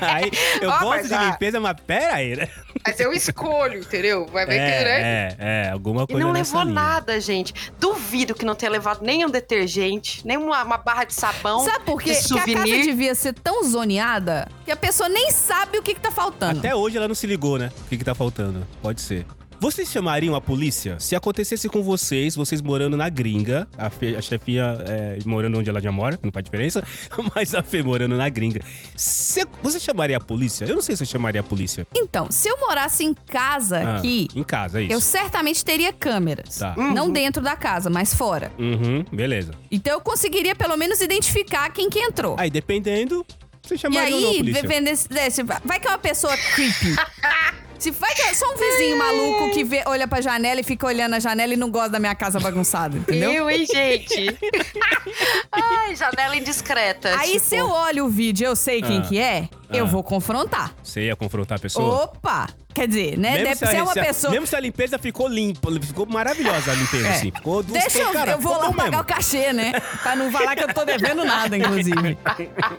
Speaker 1: Aí, eu
Speaker 4: Ah,
Speaker 1: gosto
Speaker 4: mas
Speaker 1: de
Speaker 4: a-
Speaker 1: limpeza, mas pera aí, né?
Speaker 4: Mas eu escolho, entendeu? Vai né?
Speaker 1: É, é, é, alguma
Speaker 4: E
Speaker 1: coisa
Speaker 4: não
Speaker 1: nessa
Speaker 4: levou
Speaker 1: linha.
Speaker 4: nada, gente. Duvido que não tenha levado nem um detergente, nem uma, uma barra de sabão.
Speaker 2: Sabe por quê?
Speaker 4: de
Speaker 2: Que a casa
Speaker 4: souvenir.
Speaker 2: devia ser tão zoneada que a pessoa nem sabe o que, que tá faltando.
Speaker 1: Até hoje ela não se ligou, né? O que, que tá faltando? Pode ser. Vocês chamariam a polícia? Se acontecesse com vocês, vocês morando na gringa, a, Fê- a chefinha é, morando onde ela já mora, não faz diferença, [LAUGHS] mas a Fê morando na gringa. Se- você chamaria a polícia? Eu não sei se eu chamaria a polícia.
Speaker 2: Então, se eu morasse em casa
Speaker 1: Ah,
Speaker 2: Tá aqui,
Speaker 1: Em casa, é isso.
Speaker 2: eu certamente teria câmeras.
Speaker 1: Tá.
Speaker 4: Uhum.
Speaker 2: Não dentro da casa, mas fora.
Speaker 1: Uhum, beleza.
Speaker 2: Então eu conseguiria pelo menos identificar quem que entrou.
Speaker 1: Aí, é um dependendo, você
Speaker 2: e
Speaker 1: chamaria ou não a
Speaker 2: aí,
Speaker 1: polícia.
Speaker 2: depende- é, se vai vai que é uma pessoa creepy.
Speaker 1: [LAUGHS]
Speaker 2: Se vai que é só um vizinho maluco que vê, olha pra janela e fica olhando a janela e não gosta da minha casa bagunçada, entendeu?
Speaker 4: Eu,
Speaker 1: [LAUGHS]
Speaker 4: hein, gente? [LAUGHS] Ai, janela indiscreta.
Speaker 2: Aí
Speaker 4: tipo.
Speaker 2: se eu olho o vídeo e eu sei quem
Speaker 1: É, Ah.
Speaker 2: que é, eu
Speaker 1: Ah.
Speaker 2: vou confrontar.
Speaker 1: Você ia confrontar a pessoa?
Speaker 2: Opa! Quer dizer, né? Deve
Speaker 1: se a-
Speaker 2: ser uma
Speaker 1: se a-
Speaker 2: pessoa.
Speaker 1: mesmo se a limpeza ficou limpa, ficou maravilhosa a limpeza,
Speaker 2: É.
Speaker 1: assim. Ficou do
Speaker 2: Deixa eu,
Speaker 1: caralho,
Speaker 2: eu vou lá
Speaker 1: ficou bom
Speaker 2: pagar
Speaker 1: mesmo.
Speaker 2: o cachê, né? Pra não falar que eu tô devendo nada, inclusive.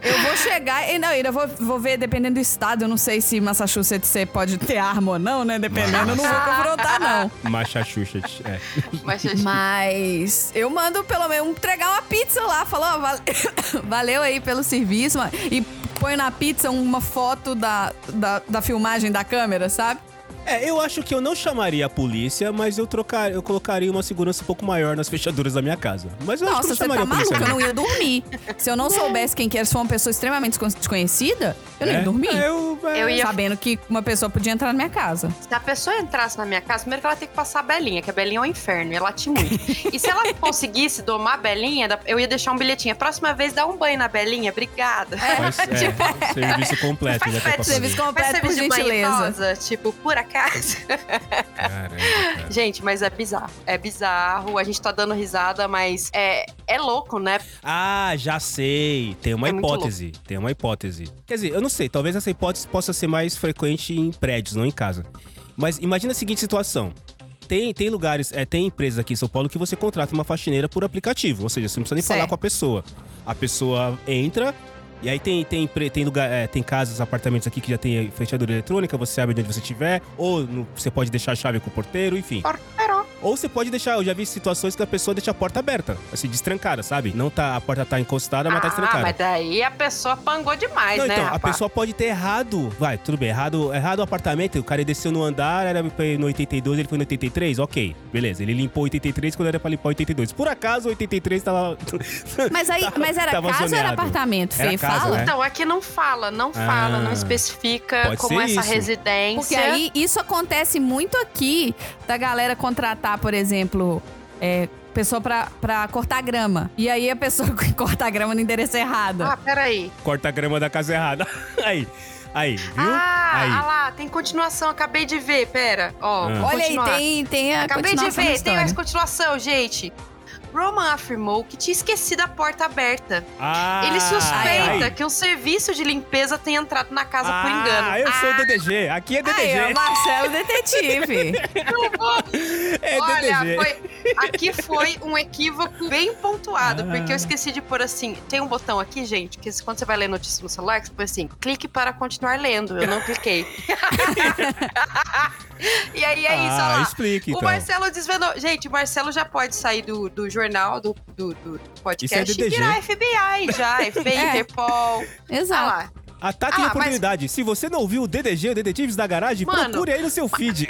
Speaker 2: Eu vou chegar e não, ainda vou, vou ver, dependendo do estado, eu não sei se Massachusetts você pode ter arma ou não, né? Dependendo, eu não vou confrontar, não.
Speaker 1: Macha Xuxa, é.
Speaker 4: Mas,
Speaker 2: Mas eu mando pelo menos entregar uma pizza lá, falar, ó, vale- [COUGHS] valeu aí pelo serviço. mano. E põe na pizza uma foto da, da, da filmagem da câmera, sabe?
Speaker 1: É, eu acho que eu não chamaria a polícia, mas eu trocar, eu colocaria uma segurança um pouco maior nas fechaduras da minha casa. Mas eu acho que eu
Speaker 2: Nossa,
Speaker 1: não
Speaker 2: você
Speaker 1: chamaria
Speaker 2: tá
Speaker 1: a polícia. né?
Speaker 2: maluca, eu
Speaker 1: não.
Speaker 2: não ia dormir. Se eu não soubesse quem que era, se for uma pessoa extremamente descon- desconhecida, eu não ia
Speaker 1: É?
Speaker 2: dormir.
Speaker 1: É, eu, é,
Speaker 4: Eu ia-
Speaker 2: Ah, Sabendo que uma pessoa podia entrar na minha casa.
Speaker 4: Se a pessoa entrasse na minha casa, primeiro que ela tem que passar a Belinha, que a Belinha é um inferno, e ela late muito. e
Speaker 1: [LAUGHS]
Speaker 4: se ela conseguisse domar a Belinha, eu ia deixar um bilhetinho. A próxima vez, dá um banho na Belinha, obrigada. [LAUGHS]
Speaker 1: Mas, é, serviço completo.
Speaker 4: Tipo, Faz
Speaker 1: já tá
Speaker 4: parte do
Speaker 1: pra fazer.
Speaker 2: Serviço completo, por
Speaker 4: Faz serviço de banho
Speaker 2: gentileza.
Speaker 4: idosa, tipo, por acaso. [LAUGHS]
Speaker 1: Caraca.
Speaker 4: Gente, mas é bizarro. É bizarro. A gente tá dando risada, mas é, é louco, né?
Speaker 1: Ah, já sei. Tem uma
Speaker 4: É muito
Speaker 1: hipótese. Tem uma hipótese. Quer dizer, eu não sei, talvez essa hipótese possa ser mais frequente em prédios, não em casa. Mas imagina a seguinte situação. Tem, tem lugares, é, tem empresas aqui em São Paulo que você contrata uma faxineira por aplicativo. Ou seja, você não precisa nem falar
Speaker 2: Certo.
Speaker 1: com a pessoa. A pessoa entra. E aí tem, tem, empre- tem, lugar, é, tem casas, apartamentos aqui que já tem fechadura eletrônica, você abre de onde você estiver, ou no- você pode deixar a chave com o porteiro, enfim.
Speaker 4: Porteiro.
Speaker 1: Ou você pode deixar, eu já vi situações que a pessoa deixa a porta aberta, assim, destrancada, sabe? Não tá, a porta tá encostada, mas tá
Speaker 4: ah,
Speaker 1: destrancada.
Speaker 4: mas daí a pessoa pangou demais,
Speaker 1: Não,
Speaker 4: né,
Speaker 1: então, a
Speaker 4: rapaz?
Speaker 1: pessoa pode ter errado. Vai, tudo bem, errado, errado o apartamento, o cara desceu no andar, era pra ir no 82, ele foi no 83, ok. Beleza, ele limpou 83 quando era pra limpar 82. Por acaso, 83 tava... [LAUGHS]
Speaker 2: Mas aí,
Speaker 1: Tava-
Speaker 2: mas era
Speaker 1: tava
Speaker 2: casa ou era
Speaker 1: zoneado.
Speaker 2: apartamento, Fê?
Speaker 1: Era casa,
Speaker 2: Fala.
Speaker 1: né?
Speaker 4: Então, aqui não fala, não fala,
Speaker 1: Ah,
Speaker 4: não especifica
Speaker 1: pode
Speaker 4: como
Speaker 1: ser
Speaker 4: essa
Speaker 1: isso.
Speaker 4: residência.
Speaker 2: Porque aí isso acontece muito aqui da galera contratar, por exemplo, é, pessoa pra, pra cortar grama. E aí a pessoa [LAUGHS] que corta a grama no endereço errado.
Speaker 4: Ah, peraí.
Speaker 1: Corta a grama da casa errada. [LAUGHS] aí, aí, viu?
Speaker 4: Ah,
Speaker 1: aí.
Speaker 4: ah lá, tem continuação, acabei de ver, pera. Ó,
Speaker 1: Ah.
Speaker 4: vou
Speaker 2: Olha
Speaker 4: continuar.
Speaker 2: aí, tem, tem a
Speaker 4: Acabei de
Speaker 2: continuação da
Speaker 4: ver, tem
Speaker 2: história.
Speaker 4: mais continuação, gente. Roman afirmou que tinha esquecido a porta aberta.
Speaker 1: Ah,
Speaker 4: Ele suspeita
Speaker 1: aí.
Speaker 4: que um serviço de limpeza tenha entrado na casa
Speaker 1: ah,
Speaker 4: por engano.
Speaker 1: eu sou
Speaker 4: Ah,
Speaker 1: DDG. Aqui é DDG.
Speaker 2: Aí, ó, Marcelo Detetive.
Speaker 4: [LAUGHS] não vou.
Speaker 1: É
Speaker 4: Olha,
Speaker 1: DDG.
Speaker 4: foi- aqui foi um equívoco bem pontuado,
Speaker 1: Ah.
Speaker 4: porque eu esqueci de pôr assim. Tem um botão aqui, gente, que quando você vai ler notícia no celular, que você põe assim: clique para continuar lendo. Eu não
Speaker 1: [LAUGHS]
Speaker 4: cliquei. [LAUGHS] e aí é isso, olha
Speaker 1: ah,
Speaker 4: lá.
Speaker 1: explica, então.
Speaker 4: O Marcelo desvendou. Gente, o Marcelo já pode sair do, do jornal, do, do, do podcast
Speaker 1: Isso é
Speaker 4: e
Speaker 1: DDG.
Speaker 4: virar FBI
Speaker 1: [LAUGHS]
Speaker 4: já, FBI,
Speaker 2: É.
Speaker 4: Interpol. Ah
Speaker 2: Exato.
Speaker 4: lá.
Speaker 1: Ataque
Speaker 4: Ah,
Speaker 1: de
Speaker 4: mas-
Speaker 1: tá oportunidade. Se você não viu o DDG, o Detetives da Garagem,
Speaker 4: Mano,
Speaker 1: procure aí no seu
Speaker 4: [LAUGHS]
Speaker 1: feed.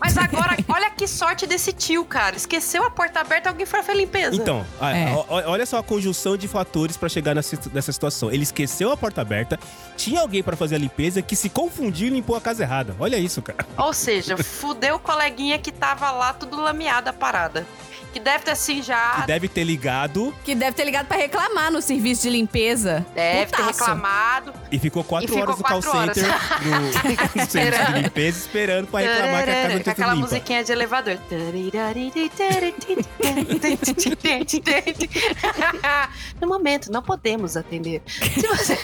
Speaker 4: Mas agora, olha que sorte desse tio, cara. Esqueceu a porta aberta, alguém foi fazer limpeza.
Speaker 1: Então, a-
Speaker 2: É.
Speaker 1: o- o- olha só a conjunção de fatores pra chegar nessa, nessa situação. Ele esqueceu a porta aberta, tinha alguém pra fazer a limpeza que se confundiu e limpou a casa errada. Olha isso, cara.
Speaker 4: Ou seja, fudeu o coleguinha que tava lá tudo lameada a parada. Que deve ter assim já.
Speaker 1: Que deve ter ligado
Speaker 2: Que deve ter ligado pra reclamar no serviço de limpeza.
Speaker 4: Deve ter
Speaker 2: Putaço.
Speaker 4: reclamado.
Speaker 1: e ficou quatro
Speaker 4: E ficou
Speaker 1: horas no
Speaker 4: quatro
Speaker 1: call
Speaker 4: horas.
Speaker 1: center
Speaker 4: [LAUGHS]
Speaker 1: no, [LAUGHS] no centro de limpeza esperando pra reclamar que a casa não
Speaker 4: Com
Speaker 1: tinha sido limpa.
Speaker 4: aquela musiquinha de elevador. No momento, não podemos atender. Se você-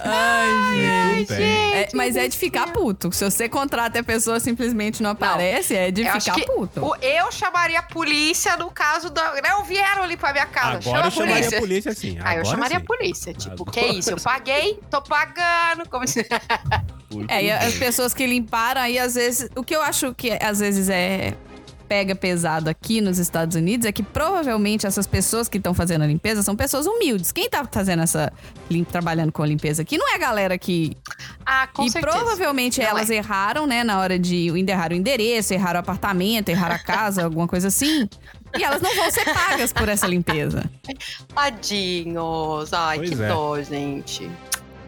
Speaker 2: Ai, gente.
Speaker 1: Muito bem.
Speaker 2: É, mas é de ficar puto. Se você contrata e a pessoa simplesmente não aparece, é de
Speaker 4: Eu acho
Speaker 2: ficar
Speaker 4: que
Speaker 2: puto.
Speaker 4: o- eu chamaria a polícia no caso da. Não vieram limpar minha casa.
Speaker 1: Agora eu
Speaker 4: Chama
Speaker 1: chamaria a polícia, sim.
Speaker 4: Ah, eu
Speaker 1: Agora
Speaker 4: chamaria
Speaker 1: sim.
Speaker 4: a polícia. Tipo,
Speaker 1: Agora
Speaker 4: que isso? Eu paguei, tô pagando. Como
Speaker 1: [LAUGHS]
Speaker 4: se-
Speaker 1: Muito
Speaker 2: É, e
Speaker 1: bem.
Speaker 2: as pessoas que limparam aí, às vezes. O que eu acho que às vezes é. Pega pesado aqui nos Estados Unidos é que provavelmente essas pessoas que estão fazendo a limpeza são pessoas humildes. Quem tá fazendo essa. lim- trabalhando com a limpeza aqui não é a galera que.
Speaker 4: Ah, com
Speaker 2: e
Speaker 4: certeza.
Speaker 2: provavelmente
Speaker 4: Não
Speaker 2: elas erraram, né, na hora de. erraram o endereço, erraram o apartamento, erraram a casa, alguma coisa assim. E elas não vão ser pagas por essa limpeza.
Speaker 4: Tadinhos. Ai,
Speaker 1: Pois
Speaker 4: que
Speaker 1: é.
Speaker 4: dó, gente.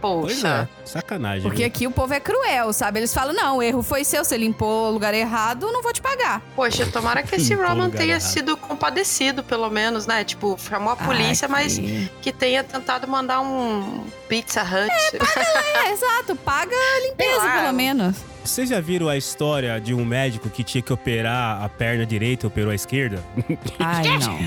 Speaker 1: Pois
Speaker 4: Poxa.
Speaker 1: é, sacanagem.
Speaker 2: Porque
Speaker 1: viu?
Speaker 2: aqui o povo é cruel, sabe? Eles falam: não, o erro foi seu, você limpou o lugar errado, não vou te pagar.
Speaker 4: Poxa, tomara
Speaker 1: [LAUGHS]
Speaker 4: que esse
Speaker 1: Em todo
Speaker 4: Roman
Speaker 1: lugar
Speaker 4: tenha
Speaker 1: errado. Ah,
Speaker 4: sido compadecido, pelo menos, né? Tipo, chamou a polícia,
Speaker 2: Ai,
Speaker 4: mas
Speaker 2: que-
Speaker 4: que tenha tentado mandar um Pizza Hut.
Speaker 2: É, exato. Paga a limpeza,
Speaker 4: Sei lá.
Speaker 2: pelo menos.
Speaker 1: Vocês já viram a história de um médico que tinha que operar a perna direita e operou a esquerda?
Speaker 2: Ai, não.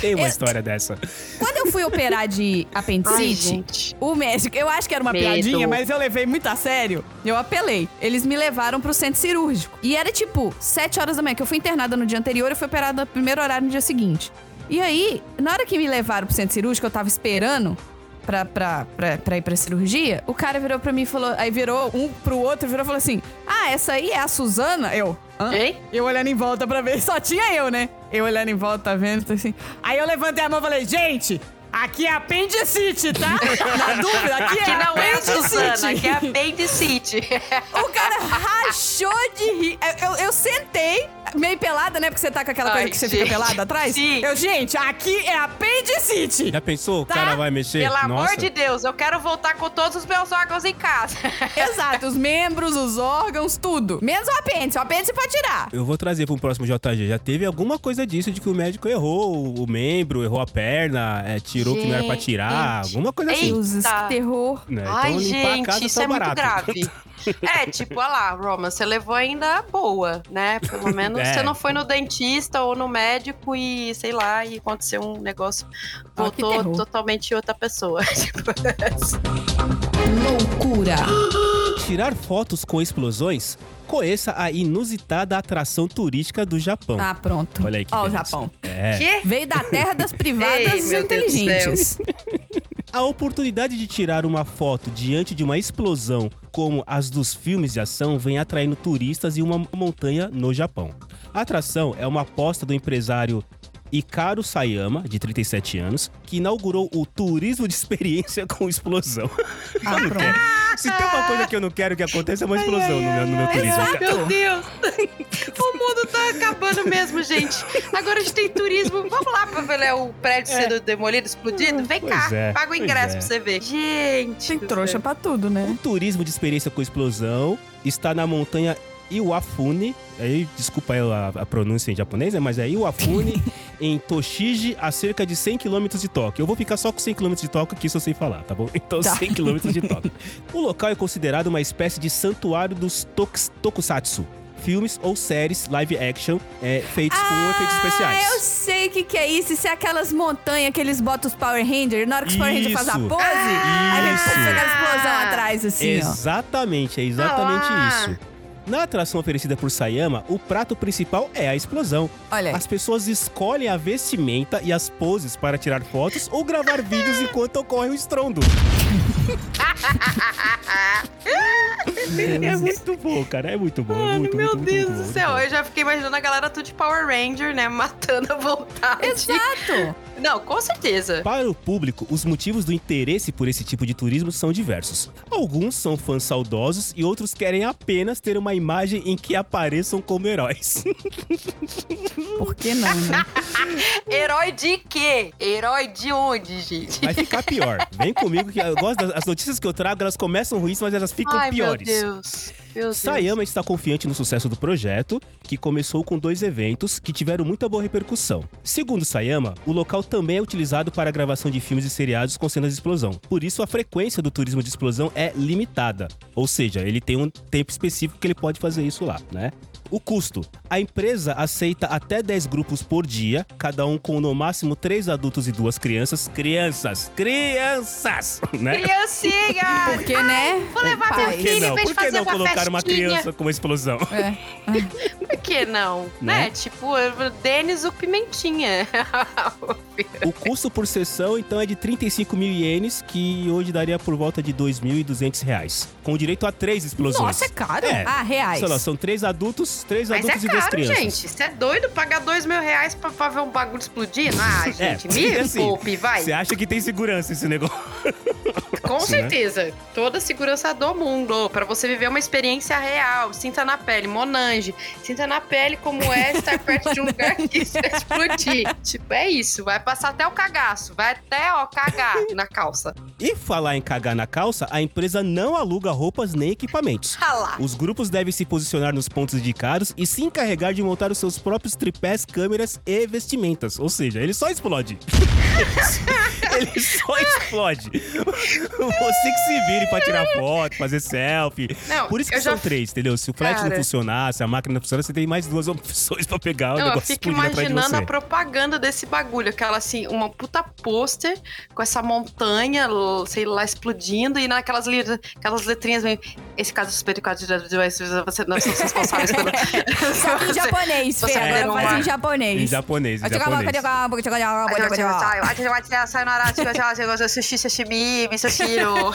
Speaker 1: Tem uma
Speaker 2: Eu-
Speaker 1: história dessa.
Speaker 2: Quando eu eu fui operar de
Speaker 4: Ai,
Speaker 2: apendicite,
Speaker 4: gente.
Speaker 2: o médico, eu acho que era uma
Speaker 4: Medo.
Speaker 2: piadinha, mas eu levei muito a sério. Eu apelei. Eles me levaram pro centro cirúrgico. E era tipo 7 horas da manhã, que eu fui internada no dia anterior e fui operada no primeiro horário no dia seguinte. E aí, na hora que me levaram pro centro cirúrgico, eu tava esperando pra, pra, pra, pra ir pra cirurgia, o cara virou pra mim e falou. Aí virou um pro outro e virou e falou assim: Ah, essa aí é a Suzana? Eu. Hã?
Speaker 4: Ei?
Speaker 2: Eu olhando em volta pra ver, [LAUGHS] só tinha eu, né? Eu olhando em volta, vendo, tô assim. Aí eu levantei a mão e falei, gente, aqui é apendicite,
Speaker 4: [LAUGHS]
Speaker 2: tá? Na dúvida, aqui,
Speaker 4: Aqui
Speaker 2: é
Speaker 4: não é a
Speaker 2: apendicite.
Speaker 4: Suzana, aqui é a [LAUGHS] Bendicite.
Speaker 2: O cara rachou de rir. Eu, eu- eu sentei, meio pelada, né? Porque você tá com aquela
Speaker 4: Ai,
Speaker 2: coisa que você fica
Speaker 4: gente.
Speaker 2: pelada atrás.
Speaker 4: Sim.
Speaker 2: Eu, gente, aqui é apendicite.
Speaker 1: Já pensou? O
Speaker 2: Tá.
Speaker 1: cara vai mexer?
Speaker 4: Pelo
Speaker 1: Nossa.
Speaker 4: amor de Deus, eu quero voltar com todos os meus órgãos em casa. [LAUGHS]
Speaker 2: Exato, os membros, os órgãos, tudo. Menos o apêndice. O apêndice pode tirar.
Speaker 1: Eu vou trazer para um próximo JG. Já teve alguma coisa disso de que o médico errou o- o membro, errou a perna, é, tirou o que não era pra tirar,
Speaker 4: Gente.
Speaker 1: alguma coisa assim.
Speaker 4: Ei,
Speaker 2: Deuses, que
Speaker 4: Eita.
Speaker 2: terror.
Speaker 1: né?
Speaker 4: Ai,
Speaker 1: então, limpar a casa
Speaker 4: gente, isso
Speaker 1: tá
Speaker 4: é
Speaker 1: barato. [LAUGHS]
Speaker 4: muito grave. é, tipo, olha lá, Roma, você levou ainda boa, né? Pelo
Speaker 1: [LAUGHS]
Speaker 4: menos
Speaker 1: É.
Speaker 4: você não foi no dentista ou no médico e, sei lá, e aconteceu um negócio,
Speaker 2: Ah, que
Speaker 4: voltou
Speaker 2: terror.
Speaker 4: totalmente outra pessoa. Tipo,
Speaker 6: Loucura.
Speaker 1: Tirar fotos com explosões? Conheça a inusitada atração turística do Japão.
Speaker 2: Ah, pronto.
Speaker 1: Olha aí que
Speaker 2: Ó, o
Speaker 1: beleza.
Speaker 2: Japão.
Speaker 1: [LAUGHS]
Speaker 4: [LAUGHS]
Speaker 1: É.
Speaker 5: Quê?
Speaker 2: Veio da terra
Speaker 1: [LAUGHS]
Speaker 2: das
Speaker 5: Ei,
Speaker 2: privadas
Speaker 5: meu Deus do
Speaker 2: inteligentes.
Speaker 1: A oportunidade de tirar uma foto diante de uma explosão, como as dos filmes de ação, vem atraindo turistas em uma montanha no Japão. A atração é uma aposta do empresário Icaro Sayama, de 37 anos, que inaugurou o turismo de experiência com explosão.
Speaker 2: Ah, pronto.
Speaker 1: Se tem uma coisa que eu não quero que aconteça, é uma explosão no meu, no meu turismo. Então-
Speaker 2: Exato.
Speaker 4: Meu Deus! [LAUGHS] o mundo tá acabando mesmo, gente. Agora a gente tem turismo. Vamos lá pra ver né, o prédio
Speaker 2: É.
Speaker 4: sendo demolido, explodido? Vem
Speaker 1: Pois
Speaker 4: cá,
Speaker 1: é,
Speaker 4: paga o
Speaker 1: pois
Speaker 4: ingresso
Speaker 1: é.
Speaker 4: pra você ver. Gente.
Speaker 2: Tem
Speaker 4: do
Speaker 2: trouxa
Speaker 4: céu.
Speaker 2: pra tudo,
Speaker 1: O
Speaker 2: né?
Speaker 1: Um turismo de experiência com explosão está na montanha Iwafune. Aí, desculpa aí a, a pronúncia em japonês, né? mas é
Speaker 2: [LAUGHS]
Speaker 1: Iwafune, em Toshiji, a cerca de 100 km de Tóquio. Eu vou ficar só com 100 km de Tóquio, que isso eu sei falar, tá bom? [LAUGHS] Então,
Speaker 2: Tá.
Speaker 1: 100 km de
Speaker 2: [LAUGHS]
Speaker 1: Tóquio. o local é considerado uma espécie de santuário dos toks- tokusatsu. Filmes ou séries live action é, feitos com efeitos especiais.
Speaker 2: Ah, eu sei o que, que é isso. Isso é aquelas montanhas que eles botam os Power Rangers. Na hora que os Power Rangers
Speaker 1: Isso. Ah,
Speaker 2: fazem a pose, aí vem
Speaker 1: Isso.
Speaker 2: pega a explosão atrás, assim, ó.
Speaker 1: Exatamente, é
Speaker 2: Tá
Speaker 1: exatamente
Speaker 4: Ah lá.
Speaker 1: isso. Na atração oferecida por Sayama, o prato principal é a explosão.
Speaker 2: Olha aí.
Speaker 1: As pessoas escolhem a vestimenta e as poses para tirar fotos ou gravar vídeos enquanto ocorre o estrondo.
Speaker 2: né?
Speaker 1: é muito bom, cara. É muito bom. é
Speaker 4: Mano,
Speaker 1: muito,
Speaker 4: meu
Speaker 1: muito, muito,
Speaker 4: Deus
Speaker 1: muito
Speaker 4: do
Speaker 1: bom,
Speaker 4: céu, é
Speaker 1: muito
Speaker 4: eu já fiquei imaginando a galera tudo de Power Ranger, né? [LAUGHS] Matando a vontade.
Speaker 2: Exato.
Speaker 4: Não, com certeza.
Speaker 1: bom. Para o público, os motivos do interesse por esse tipo de turismo são diversos. Alguns são fãs saudosos e outros querem apenas ter uma imagem em que apareçam como heróis.
Speaker 2: Por que não, né?
Speaker 4: Herói de quê? Herói de onde, gente?
Speaker 1: Vai ficar pior. Vem comigo que eu gosto das as notícias que eu trago, elas começam ruins, mas elas ficam
Speaker 4: Ai,
Speaker 1: piores.
Speaker 4: meu Deus. Meu Deus.
Speaker 1: Sayama está confiante no sucesso do projeto, que começou com dois eventos que tiveram muita boa repercussão. Segundo Sayama, o local também é utilizado para a gravação de filmes e seriados com cenas de explosão. Por isso, a frequência do turismo de explosão é limitada. Ou seja, ele tem um tempo específico que ele pode fazer isso lá, né? O custo. A empresa aceita até 10 grupos por dia, cada um com no máximo 3 adultos e duas crianças. Crianças! Crianças! [LAUGHS] Né?
Speaker 4: Criancinha!
Speaker 2: Porque, né?
Speaker 4: Vou levar
Speaker 2: Pai.
Speaker 4: meu
Speaker 1: Por que
Speaker 4: filho em
Speaker 1: não?
Speaker 4: vez de
Speaker 1: Por que
Speaker 4: fazer
Speaker 1: não
Speaker 4: uma
Speaker 1: colocar uma
Speaker 4: festinha.
Speaker 1: criança com uma explosão?
Speaker 2: É.
Speaker 4: Por que não?
Speaker 1: Né?
Speaker 4: Né? Tipo, eu- Denis o Pimentinha. [LAUGHS]
Speaker 1: O custo por sessão, então, é de 35 mil ienes, que hoje daria por volta de 2.200 reais. Com direito a três explosões.
Speaker 2: Nossa, é caro.
Speaker 1: É.
Speaker 2: Ah, reais.
Speaker 1: Sei lá, são três adultos, três
Speaker 4: Mas é
Speaker 1: adultos e duas
Speaker 4: caro,
Speaker 1: crianças.
Speaker 4: gente. Você é doido pagar dois mil reais pra, pra ver um bagulho
Speaker 1: [LAUGHS]
Speaker 4: explodindo? Ah, gente, me
Speaker 1: porque assim,
Speaker 4: poupe, vai.
Speaker 1: Você acha que tem segurança esse negócio?
Speaker 4: Com
Speaker 1: né?
Speaker 4: certeza. Toda a segurança do mundo. Pra você viver uma experiência real. Sinta na pele, Monange. Sinta na pele como é estar perto de um lugar que isso vai explodir. Tipo, é isso. Vai passar até o cagaço. Vai até, ó, cagar na calça.
Speaker 1: E falar em cagar na calça, a empresa não aluga roupas nem equipamentos.
Speaker 4: Ah lá.
Speaker 1: Os grupos devem se posicionar nos pontos indicados e se encarregar de montar os seus próprios tripés, câmeras e vestimentas. Ou seja, ele só explode. [LAUGHS] Ele só explode. Você que se vire pra tirar foto, fazer selfie.
Speaker 4: Não,
Speaker 1: Por isso que
Speaker 4: eu
Speaker 1: são
Speaker 4: já
Speaker 1: três, entendeu? Se o flash não
Speaker 4: Cara.
Speaker 1: funcionar, se a máquina não funcionar, você tem mais duas opções pra pegar o
Speaker 4: Não, eu
Speaker 1: negócio
Speaker 4: fico
Speaker 1: explodindo atrás de
Speaker 4: imaginando
Speaker 1: você.
Speaker 4: a propaganda desse bagulho, aquela assim, uma puta pôster com essa montanha, l- sei lá, explodindo e naquelas li- aquelas letrinhas meio. Esse caso suspeito, caso de de- você não são responsáveis pelo.
Speaker 2: Só que em japonês,
Speaker 4: Você
Speaker 2: Fê.
Speaker 4: vai
Speaker 2: Agora
Speaker 4: no
Speaker 2: faz
Speaker 4: mar.
Speaker 2: em japonês.
Speaker 1: Em japonês, em japonês.
Speaker 4: tipo assim, ah,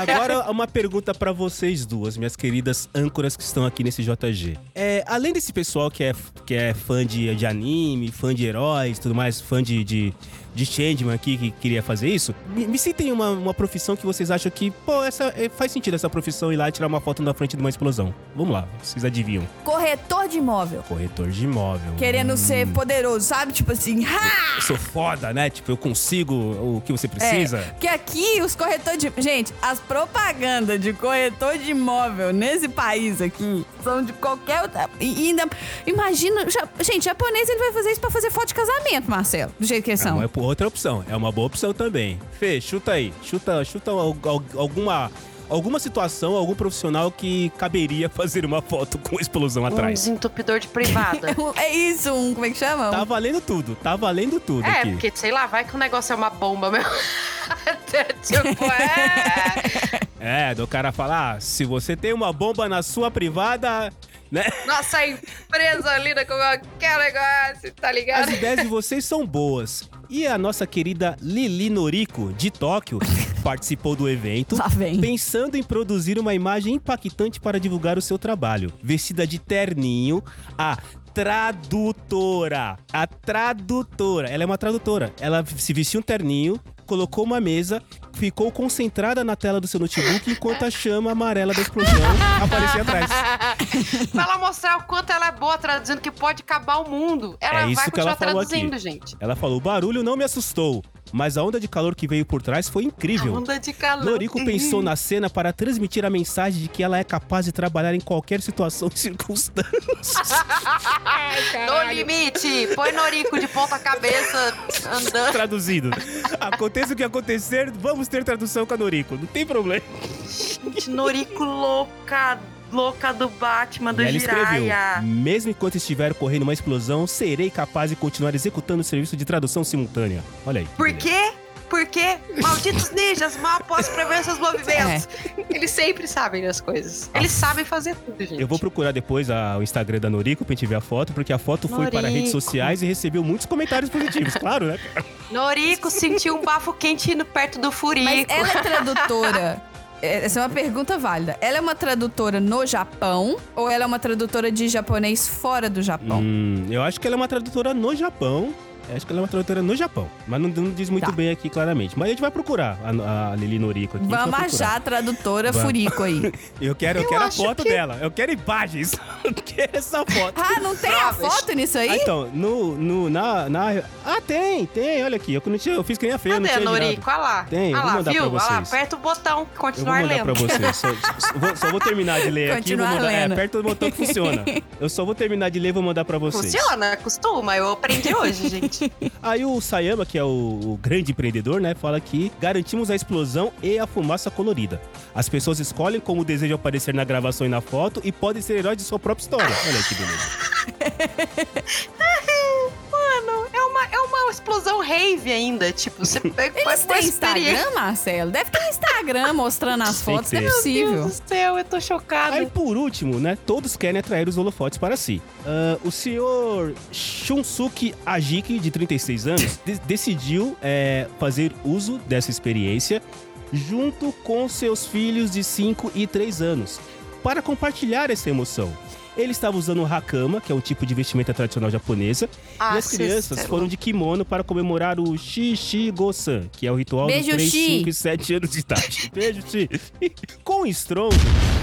Speaker 1: Agora, uma pergunta pra vocês duas, minhas queridas âncoras que estão aqui nesse JG. É, além desse pessoal que é, que é fã de, de anime, fã de heróis tudo mais, fã de, de, de Changeman aqui que queria fazer isso, me, me citem uma, uma profissão que vocês acham que, pô, essa, é, faz sentido essa profissão ir lá e tirar uma foto na frente de uma explosão. Vamos lá, vocês adivinham.
Speaker 2: Corretor de imóvel.
Speaker 1: Corretor de imóvel.
Speaker 2: Querendo ser poderoso, sabe? Tipo assim, ha!
Speaker 1: Eu sou foda, né? Tipo, eu consigo o que você precisa.
Speaker 2: Porque É, aqui os corretores de. Gente, as propagandas de corretor de imóvel nesse país aqui são de qualquer outra. E ainda. Imagina. ja- Gente, japonês ele vai fazer isso pra fazer foto de casamento, Marcelo. Do jeito que eles
Speaker 1: Não
Speaker 2: são.
Speaker 1: é por outra opção. É uma boa opção também. Fê, chuta aí. Chuta, chuta al- al- alguma, alguma situação, algum profissional que caberia [LAUGHS] fazer uma foto com explosão
Speaker 4: Um
Speaker 1: atrás.
Speaker 4: desentupidor
Speaker 2: [LAUGHS]
Speaker 4: de privada.
Speaker 2: É isso, um. Como é que chama?
Speaker 1: Tá valendo tudo. Tá valendo tudo
Speaker 4: É,
Speaker 1: aqui.
Speaker 4: porque, sei lá, vai que o negócio é uma bomba mesmo. [LAUGHS] tipo, é.
Speaker 1: É, do cara falar, ah, se você tem uma bomba na sua privada, né?
Speaker 4: Nossa empresa lida com qualquer negócio, tá ligado?
Speaker 1: As ideias de vocês são boas. E a nossa querida Lili Noriko, de Tóquio, [LAUGHS] participou do evento.
Speaker 2: Lá vem.
Speaker 1: Pensando em produzir uma imagem impactante para divulgar o seu trabalho. Vestida de terninho, a tradutora. A tradutora. Ela é uma tradutora. Ela se vestiu um terninho, colocou uma mesa, ficou concentrada na tela do seu notebook enquanto a chama amarela da
Speaker 2: [LAUGHS]
Speaker 1: explosão aparecia atrás.
Speaker 4: [LAUGHS] pra ela mostrar o quanto ela é boa traduzindo, que pode acabar o mundo. Ela
Speaker 1: É isso
Speaker 4: vai
Speaker 1: que ela
Speaker 4: continuar
Speaker 1: falou
Speaker 4: traduzindo, gente.
Speaker 1: Ela falou: o barulho não me assustou, mas a onda de calor que veio por trás foi
Speaker 4: A
Speaker 1: incrível.
Speaker 4: onda de calor.
Speaker 1: Lorico pensou na cena para transmitir a mensagem de que ela é capaz de trabalhar em qualquer situação e circunstância.
Speaker 4: [LAUGHS] No limite, põe Norico de ponta cabeça andando.
Speaker 1: Traduzido. Aconteça o que acontecer, vamos ter tradução com a Norico. Não tem problema.
Speaker 4: Gente, Norico louca, louca do Batman,
Speaker 1: E ela escreveu: Mesmo enquanto estiver ocorrendo uma explosão, serei capaz de continuar executando o serviço de tradução simultânea. Olha aí.
Speaker 4: Por quê? Por quê? Malditos ninjas, mal posso prever seus movimentos. É. Eles sempre sabem das coisas. Eles sabem fazer tudo, gente.
Speaker 1: Ah. Eu vou procurar depois a- o Instagram da Noriko pra gente ver a foto, porque a foto foi para
Speaker 4: Norico.
Speaker 1: redes sociais e recebeu muitos comentários positivos, claro, né?
Speaker 4: Norico sentiu um bafo quente no perto do furico.
Speaker 2: Mas ela é tradutora. É, Essa é uma pergunta válida. Ela é uma tradutora no Japão ou ela é uma tradutora de japonês fora do Japão?
Speaker 1: Hum, eu acho que ela é uma tradutora no Japão. Eu acho que ela é uma tradutora no Japão. Mas não, não diz muito
Speaker 2: Tá.
Speaker 1: bem aqui, claramente. Mas a gente vai procurar a, a Lili Noriko aqui. a gente
Speaker 2: Vamos
Speaker 1: vai procurar.
Speaker 2: achar a tradutora
Speaker 1: Vamos.
Speaker 2: Furico
Speaker 1: [LAUGHS]
Speaker 2: aí.
Speaker 1: Eu quero, eu
Speaker 4: Eu
Speaker 1: quero a
Speaker 4: acho
Speaker 1: foto
Speaker 4: que-
Speaker 1: dela. Eu quero imagens. [LAUGHS] Eu quero essa foto.
Speaker 2: Ah, não tem a foto nisso
Speaker 1: Ah,
Speaker 2: aí?
Speaker 1: então, no, no, na, na... Ah, tem, tem. Olha aqui. Eu, não tinha, eu fiz que nem a feia, eu não
Speaker 4: Cadê,
Speaker 1: tinha
Speaker 4: Norico?
Speaker 1: girado.
Speaker 4: Olha lá.
Speaker 1: Tem, eu
Speaker 4: Olha
Speaker 1: vou
Speaker 4: lá,
Speaker 1: mandar
Speaker 4: viu?
Speaker 1: pra
Speaker 4: Olha lá,
Speaker 1: vocês.
Speaker 4: aperta o botão,
Speaker 1: Eu vou
Speaker 4: continuar
Speaker 1: mandar pra
Speaker 4: lendo.
Speaker 1: vocês. Só, só vou, só vou terminar de ler aqui. Vou
Speaker 2: Continuar
Speaker 1: mandar, é,
Speaker 2: lendo.
Speaker 1: aperta o botão que funciona. Eu só vou terminar de ler e vou mandar pra vocês.
Speaker 4: Funciona, né? costuma, eu aprendi hoje, gente.
Speaker 1: Aí o Sayama, que é o, o grande empreendedor, né, fala que garantimos a explosão e a fumaça colorida. As pessoas escolhem como desejam aparecer na gravação e na foto e podem ser heróis de sua própria história. Olha aí que beleza.
Speaker 4: [LAUGHS] Mano, é uma, é uma explosão rave ainda, tipo, [LAUGHS] você pega uma
Speaker 2: Eles têm Instagram, Marcelo? Deve ter um Instagram
Speaker 1: [LAUGHS]
Speaker 2: mostrando as
Speaker 1: Tem
Speaker 2: fotos,
Speaker 1: que
Speaker 2: não é
Speaker 1: ter.
Speaker 4: Meu
Speaker 2: possível.
Speaker 4: Deus do céu, eu tô chocada.
Speaker 1: Aí por último, né, todos querem atrair os holofotes para si. Ah, o senhor Shunsuke Ajiki, de 36 anos, de- decidiu é, fazer uso dessa experiência junto com seus filhos de 5 e 3 anos, para compartilhar essa emoção. Ele estava usando o hakama, que é um tipo de vestimenta tradicional japonesa,
Speaker 4: Ah,
Speaker 1: e as crianças
Speaker 4: sister.
Speaker 1: foram de kimono para comemorar o Shichigo-san, que é o ritual
Speaker 2: Beijo,
Speaker 1: dos 3,
Speaker 2: Shi.
Speaker 1: 5 e 7 anos de
Speaker 4: [LAUGHS]
Speaker 1: idade. Beijo, Shi. [LAUGHS] Com o estrondo,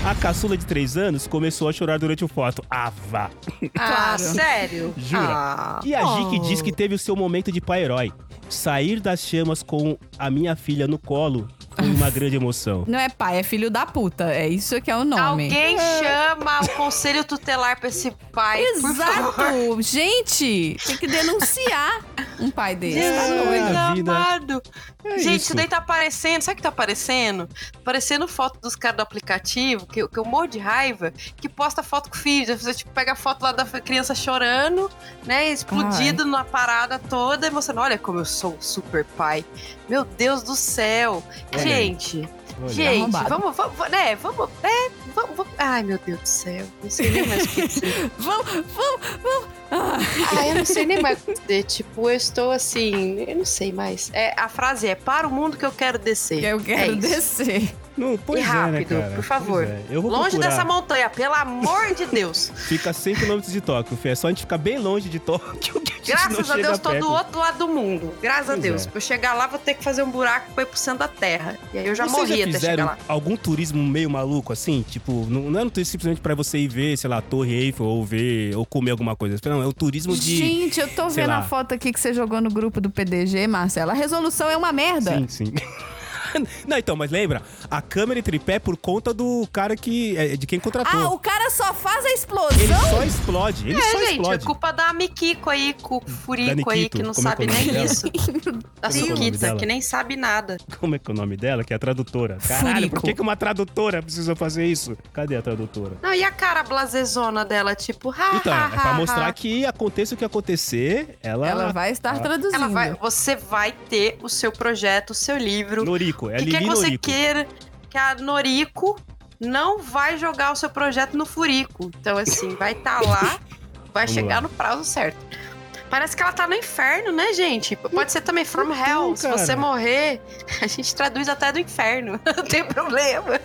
Speaker 1: a caçula de 3 anos começou a chorar durante o foto. Ava!
Speaker 4: Ah,
Speaker 2: Claro.
Speaker 4: sério?
Speaker 1: Jura?
Speaker 4: Ah.
Speaker 1: E a Jiki
Speaker 4: Oh.
Speaker 1: diz que teve o seu momento de pai-herói. Sair das chamas com a minha filha no colo com
Speaker 4: [LAUGHS]
Speaker 1: uma grande emoção.
Speaker 2: Não é pai, é filho da puta. É isso que é o nome.
Speaker 4: Alguém chama o conselho tutelar pra esse pai. por favor.
Speaker 2: Exato! Gente, tem que denunciar um pai desse.
Speaker 1: É.
Speaker 4: Jesus
Speaker 1: a vida.
Speaker 4: amado.
Speaker 1: É
Speaker 4: Gente,
Speaker 1: isso.
Speaker 4: isso daí tá aparecendo. Sabe o que tá aparecendo? Tá Aparecendo foto dos caras do aplicativo, que, eu- que eu morro de raiva, que posta foto com o filho. Você tipo, pega a foto lá da criança chorando, né? Explodido na parada toda, e mostrando: olha como eu sou super pai. Meu Deus do céu.
Speaker 1: Olha aí,
Speaker 4: Gente,
Speaker 1: olha.
Speaker 4: gente,
Speaker 2: Arrombado.
Speaker 4: vamos, vamos, né? Vamos, é, vamos, vamos- Ai, meu Deus do céu. Não sei nem mais o que dizer.
Speaker 2: Vamos, vamos, vamos. Ah,
Speaker 4: Ah, eu não sei nem mais o [LAUGHS] que dizer. Tipo, eu estou assim, eu não sei mais. É, a frase é: para o mundo que eu quero descer.
Speaker 2: eu quero
Speaker 4: É isso.
Speaker 2: descer.
Speaker 1: Não, pois
Speaker 4: E
Speaker 1: é,
Speaker 4: rápido,
Speaker 1: né, cara?
Speaker 4: por favor.
Speaker 1: Pois é. Eu vou
Speaker 4: Longe
Speaker 1: procurar.
Speaker 4: dessa montanha, pelo amor de Deus.
Speaker 1: Fica 100 km de Tóquio, Fê. É só a gente ficar bem longe de Tóquio. que [LAUGHS] a gente
Speaker 4: Graças
Speaker 1: não
Speaker 4: a
Speaker 1: chega
Speaker 4: Deus, tô
Speaker 1: perto.
Speaker 4: do outro lado do mundo. Graças a
Speaker 1: Pois
Speaker 4: Deus.
Speaker 1: é.
Speaker 4: Pra eu chegar lá, vou ter que fazer um buraco pra ir pro centro da terra. E aí eu já
Speaker 1: Vocês
Speaker 4: morri
Speaker 1: já
Speaker 4: até chegar
Speaker 1: fizeram
Speaker 4: lá.
Speaker 1: algum turismo meio maluco, assim? Tipo, não, não é um turismo simplesmente pra você ir ver, sei lá, a Torre Eiffel, ou ver, ou comer alguma coisa. Não, é um turismo de...
Speaker 2: Gente, eu tô
Speaker 1: sei
Speaker 2: vendo a
Speaker 1: lá.
Speaker 2: foto aqui que você jogou no grupo do PDG, Marcela. A resolução é uma merda.
Speaker 1: Sim, sim. [LAUGHS] Não, então, mas lembra? A câmera e tripé é por conta do cara que... é, De quem contratou.
Speaker 2: Ah, o cara só faz a
Speaker 1: Ele
Speaker 2: explosão?
Speaker 1: só explode. Ele
Speaker 4: É,
Speaker 1: só
Speaker 4: gente,
Speaker 1: explode.
Speaker 4: é culpa da Mikiko aí, cu
Speaker 1: Da
Speaker 4: furico
Speaker 1: Nikito,
Speaker 4: aí, que não
Speaker 1: como é que é
Speaker 4: sabe
Speaker 1: o nome
Speaker 4: nem
Speaker 1: dela?
Speaker 4: isso. Da
Speaker 1: Como é que é o nome
Speaker 4: Sukita,
Speaker 1: dela?
Speaker 4: que nem sabe nada.
Speaker 1: Como é que é o nome dela? Que é a tradutora. Caralho, por
Speaker 2: Furico.
Speaker 1: que, que uma tradutora precisa fazer isso? Cadê a tradutora?
Speaker 4: Não, e a cara blasezona dela, tipo, ha,
Speaker 1: Então,
Speaker 4: ha,
Speaker 1: é pra
Speaker 4: ha,
Speaker 1: mostrar
Speaker 4: ha.
Speaker 1: que aconteça o que acontecer, ela...
Speaker 2: [LAUGHS] Ela vai estar
Speaker 1: Ah.
Speaker 2: traduzindo.
Speaker 4: Ela vai, você vai ter o seu projeto, o seu livro,
Speaker 1: Noriko, é
Speaker 4: que
Speaker 1: Lili
Speaker 4: quer que você
Speaker 1: Noriko.
Speaker 4: queira que a Noriko não vai jogar o seu projeto no furico. Então, assim, vai estar
Speaker 1: [LAUGHS]
Speaker 4: lá, vai
Speaker 1: Vamos
Speaker 4: chegar
Speaker 1: lá.
Speaker 4: no prazo certo. Parece que ela tá no inferno, né, gente? Pode ser também From Hell. Se
Speaker 1: cara.
Speaker 4: você morrer, [LAUGHS] a gente traduz até do inferno. [LAUGHS] Não
Speaker 1: [LAUGHS]
Speaker 4: tem problema.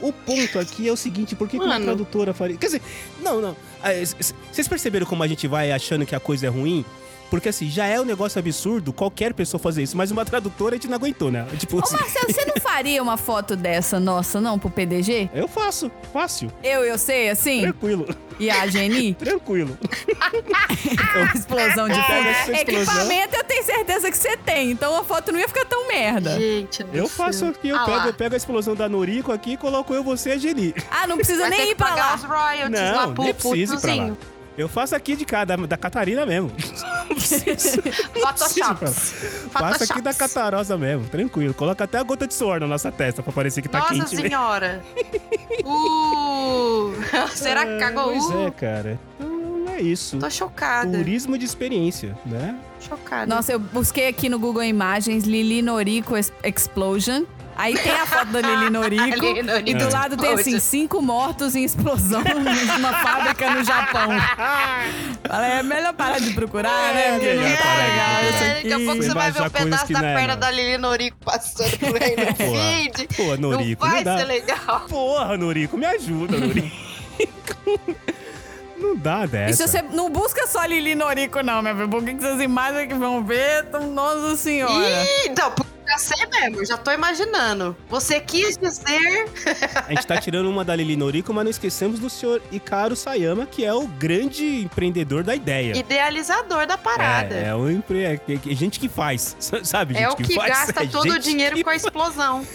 Speaker 1: O ponto aqui é o seguinte, por que, que uma
Speaker 4: Mano.
Speaker 1: tradutora faria... Quer dizer, não, não. Ah, c- c- Vocês perceberam como a gente vai achando que a coisa é ruim? Porque assim, já é um negócio absurdo qualquer pessoa fazer isso, mas uma tradutora a gente não aguentou, né? Tipo
Speaker 2: Ô,
Speaker 1: assim,
Speaker 2: Marcelo, você não faria uma foto dessa nossa, não, pro PDG?
Speaker 1: eu faço, fácil,
Speaker 2: Eu, eu sei, assim?
Speaker 1: tranquilo,
Speaker 2: E a Geni?
Speaker 1: tranquilo.
Speaker 2: Explosão de
Speaker 4: É,
Speaker 1: Eu pego
Speaker 2: fogo.
Speaker 1: essa explosão.
Speaker 2: Equipamento eu tenho certeza que você tem, então a foto não ia ficar tão merda.
Speaker 4: Gente do
Speaker 1: Tá. Eu
Speaker 4: céu.
Speaker 1: faço aqui, eu,
Speaker 4: Ah
Speaker 1: pego,
Speaker 4: lá.
Speaker 1: eu pego a explosão da Noriko aqui e coloco eu, você e a Geni.
Speaker 2: Ah, não precisa
Speaker 4: Vai ter
Speaker 2: nem
Speaker 4: que
Speaker 2: ir pra
Speaker 4: pagar
Speaker 2: lá.
Speaker 4: os royalties
Speaker 1: Não,
Speaker 4: lá pro
Speaker 1: nem precisa ir pra lá.
Speaker 4: putozinho.
Speaker 1: Eu faço aqui de cá, da, da Catarina mesmo. Não precisa-
Speaker 4: Photoshop.
Speaker 1: Faço aqui
Speaker 4: Photoshops.
Speaker 1: da Catarosa mesmo, tranquilo. Coloca até a gota de suor na nossa testa pra parecer que tá
Speaker 4: Nossa
Speaker 1: quente. mesmo. [LAUGHS]
Speaker 4: senhora. Uh! [LAUGHS] Será
Speaker 1: É,
Speaker 4: que cagou?
Speaker 1: Pois
Speaker 4: Uh,
Speaker 1: é, cara. Então é isso.
Speaker 4: Tô chocada.
Speaker 1: Turismo de experiência, né?
Speaker 4: Chocada.
Speaker 2: [LAUGHS] Nossa, eu busquei aqui no Google Imagens Lili Norico Ex- Explosion. Aí tem a foto da Lili Norico.
Speaker 4: Lili Norico
Speaker 2: E
Speaker 1: É.
Speaker 2: do lado tem assim,
Speaker 4: Explosion.
Speaker 2: cinco mortos em explosão [LAUGHS] numa fábrica no
Speaker 4: [LAUGHS]
Speaker 2: Japão. Falei, é melhor parar de procurar, né? Porque não
Speaker 1: melhor
Speaker 2: tá
Speaker 1: parar de
Speaker 2: legal
Speaker 1: procurar.
Speaker 2: isso
Speaker 1: Essa
Speaker 4: É,
Speaker 2: aqui.
Speaker 4: daqui a pouco
Speaker 1: Você
Speaker 4: você vai ver
Speaker 1: baixar
Speaker 4: um
Speaker 1: coisas
Speaker 4: pedaço
Speaker 1: que
Speaker 4: da
Speaker 1: não é,
Speaker 4: perna
Speaker 1: não.
Speaker 4: da Lili Norico passando
Speaker 1: [LAUGHS]
Speaker 4: por aí no feed.
Speaker 1: Pô, Norico,
Speaker 4: não
Speaker 1: não,
Speaker 4: vai
Speaker 1: dá.
Speaker 4: ser legal.
Speaker 1: Porra, Norico, me ajuda, Norico. [LAUGHS] não dá
Speaker 2: E se
Speaker 1: dessa.
Speaker 2: você não busca só Lili Norico, não, meu filho. Porque essas imagens que vão ver, tão- nossa senhora.
Speaker 4: Ih, não, já sei mesmo, já tô imaginando. Você quis dizer.
Speaker 1: A gente tá tirando uma da Lili Norico, mas não esquecemos do senhor Icaro Sayama, que é o grande empreendedor da ideia.
Speaker 4: Idealizador da parada.
Speaker 1: É,
Speaker 4: É,
Speaker 1: é, um empre... é que- que- gente que faz, [LAUGHS] sabe? Gente
Speaker 4: o que,
Speaker 1: faz,
Speaker 4: gasta
Speaker 1: é
Speaker 4: todo o
Speaker 1: gente
Speaker 4: dinheiro
Speaker 1: que-
Speaker 4: com a explosão.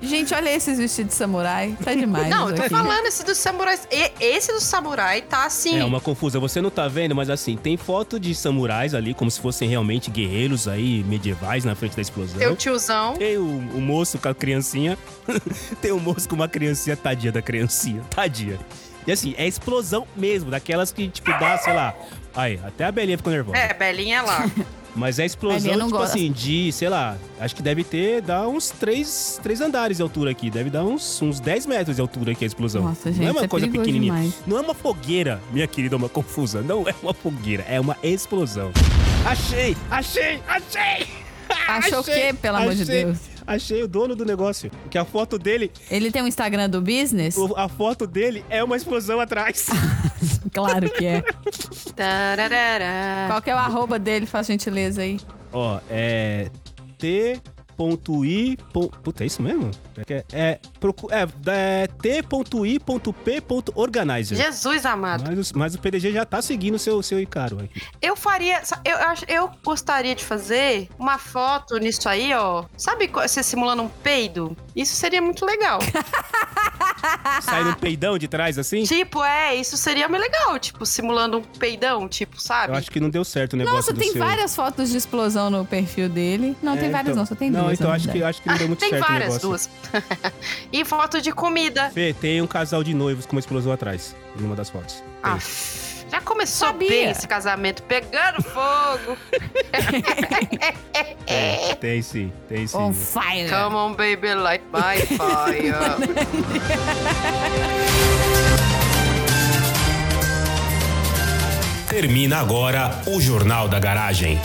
Speaker 2: Gente, olha esses vestidos de samurai. Tá demais.
Speaker 4: não,
Speaker 2: isso
Speaker 4: eu tô
Speaker 2: aqui.
Speaker 4: falando esse dos samurais. e- Esse do samurai tá assim.
Speaker 1: É uma confusão. Você não tá vendo, mas assim, tem foto de samurais ali, como se fossem realmente guerreiros aí, medievais, na frente da explosão.
Speaker 4: Teu tiozão.
Speaker 1: Tem o, o moço com a criancinha. [LAUGHS] tem o moço com uma criancinha, tadinha da criancinha. [LAUGHS] Tadinha. E assim, é explosão mesmo, daquelas que, tipo, dá, sei lá. Aí, até a Belinha ficou nervosa.
Speaker 4: É, Belinha lá.
Speaker 1: Mas é explosão,
Speaker 2: Belinha não
Speaker 1: tipo
Speaker 2: gosta.
Speaker 1: assim, de, sei lá, acho que deve ter, dá uns três, três andares de altura aqui. Deve dar uns, uns 10 metros de altura aqui a explosão.
Speaker 2: Nossa, gente,
Speaker 1: não é
Speaker 2: isso
Speaker 1: uma
Speaker 2: é
Speaker 1: coisa
Speaker 2: perigoso
Speaker 1: pequenininha.
Speaker 2: demais.
Speaker 1: Não é uma fogueira, minha querida, uma confusa. Não é uma fogueira, é uma explosão. Achei, achei, achei!
Speaker 2: Achou o
Speaker 1: Achei,
Speaker 2: quê, pelo amor de
Speaker 1: achei.
Speaker 2: Deus?
Speaker 1: Achei o dono do negócio. Que a foto dele,
Speaker 2: Ele tem um Instagram do [LAUGHS] business?
Speaker 1: o- a foto dele é uma explosão atrás.
Speaker 2: Claro que [LAUGHS] é.
Speaker 4: Tararara.
Speaker 2: Ah. Qual que é o arroba dele, faz gentileza aí.
Speaker 1: Ó, é t t.i. po- Puta, é isso mesmo? É, que é, é, procu- é, é t.i.p.organizer.
Speaker 4: Jesus amado.
Speaker 1: Mas, o- mas o PDG já tá seguindo o seu, seu Icaro aqui.
Speaker 4: Eu faria. sa- Eu, eu acho- eu gostaria de fazer uma foto nisso aí, ó. Sabe co- você simulando um peido? Isso seria muito
Speaker 1: [LAUGHS]
Speaker 4: legal.
Speaker 1: Sai no peidão de trás assim?
Speaker 4: tipo, é, isso seria muito legal. Tipo, simulando um peidão, tipo, sabe?
Speaker 1: Eu acho que não deu certo o negócio
Speaker 2: Nossa,
Speaker 1: do
Speaker 2: tem
Speaker 1: seu-
Speaker 2: várias fotos de explosão no perfil dele. Não,
Speaker 1: É,
Speaker 2: tem várias
Speaker 1: então-
Speaker 2: não, só tem duas.
Speaker 1: Não, então
Speaker 2: na
Speaker 1: acho que,
Speaker 2: verdade.
Speaker 1: acho que não deu muito
Speaker 4: Tem
Speaker 1: certo o
Speaker 4: várias,
Speaker 1: negócio.
Speaker 4: duas. [LAUGHS] e foto de comida.
Speaker 1: Fê, tem um casal de noivos com uma explosão atrás, em uma das fotos.
Speaker 4: Ah, já começou
Speaker 2: Sabia.
Speaker 4: bem esse casamento, pegando fogo.
Speaker 1: Tem, tem sim, tem sim.
Speaker 2: On fire.
Speaker 4: Come on, baby, light my fire.
Speaker 3: Termina agora o Jornal da Garagem.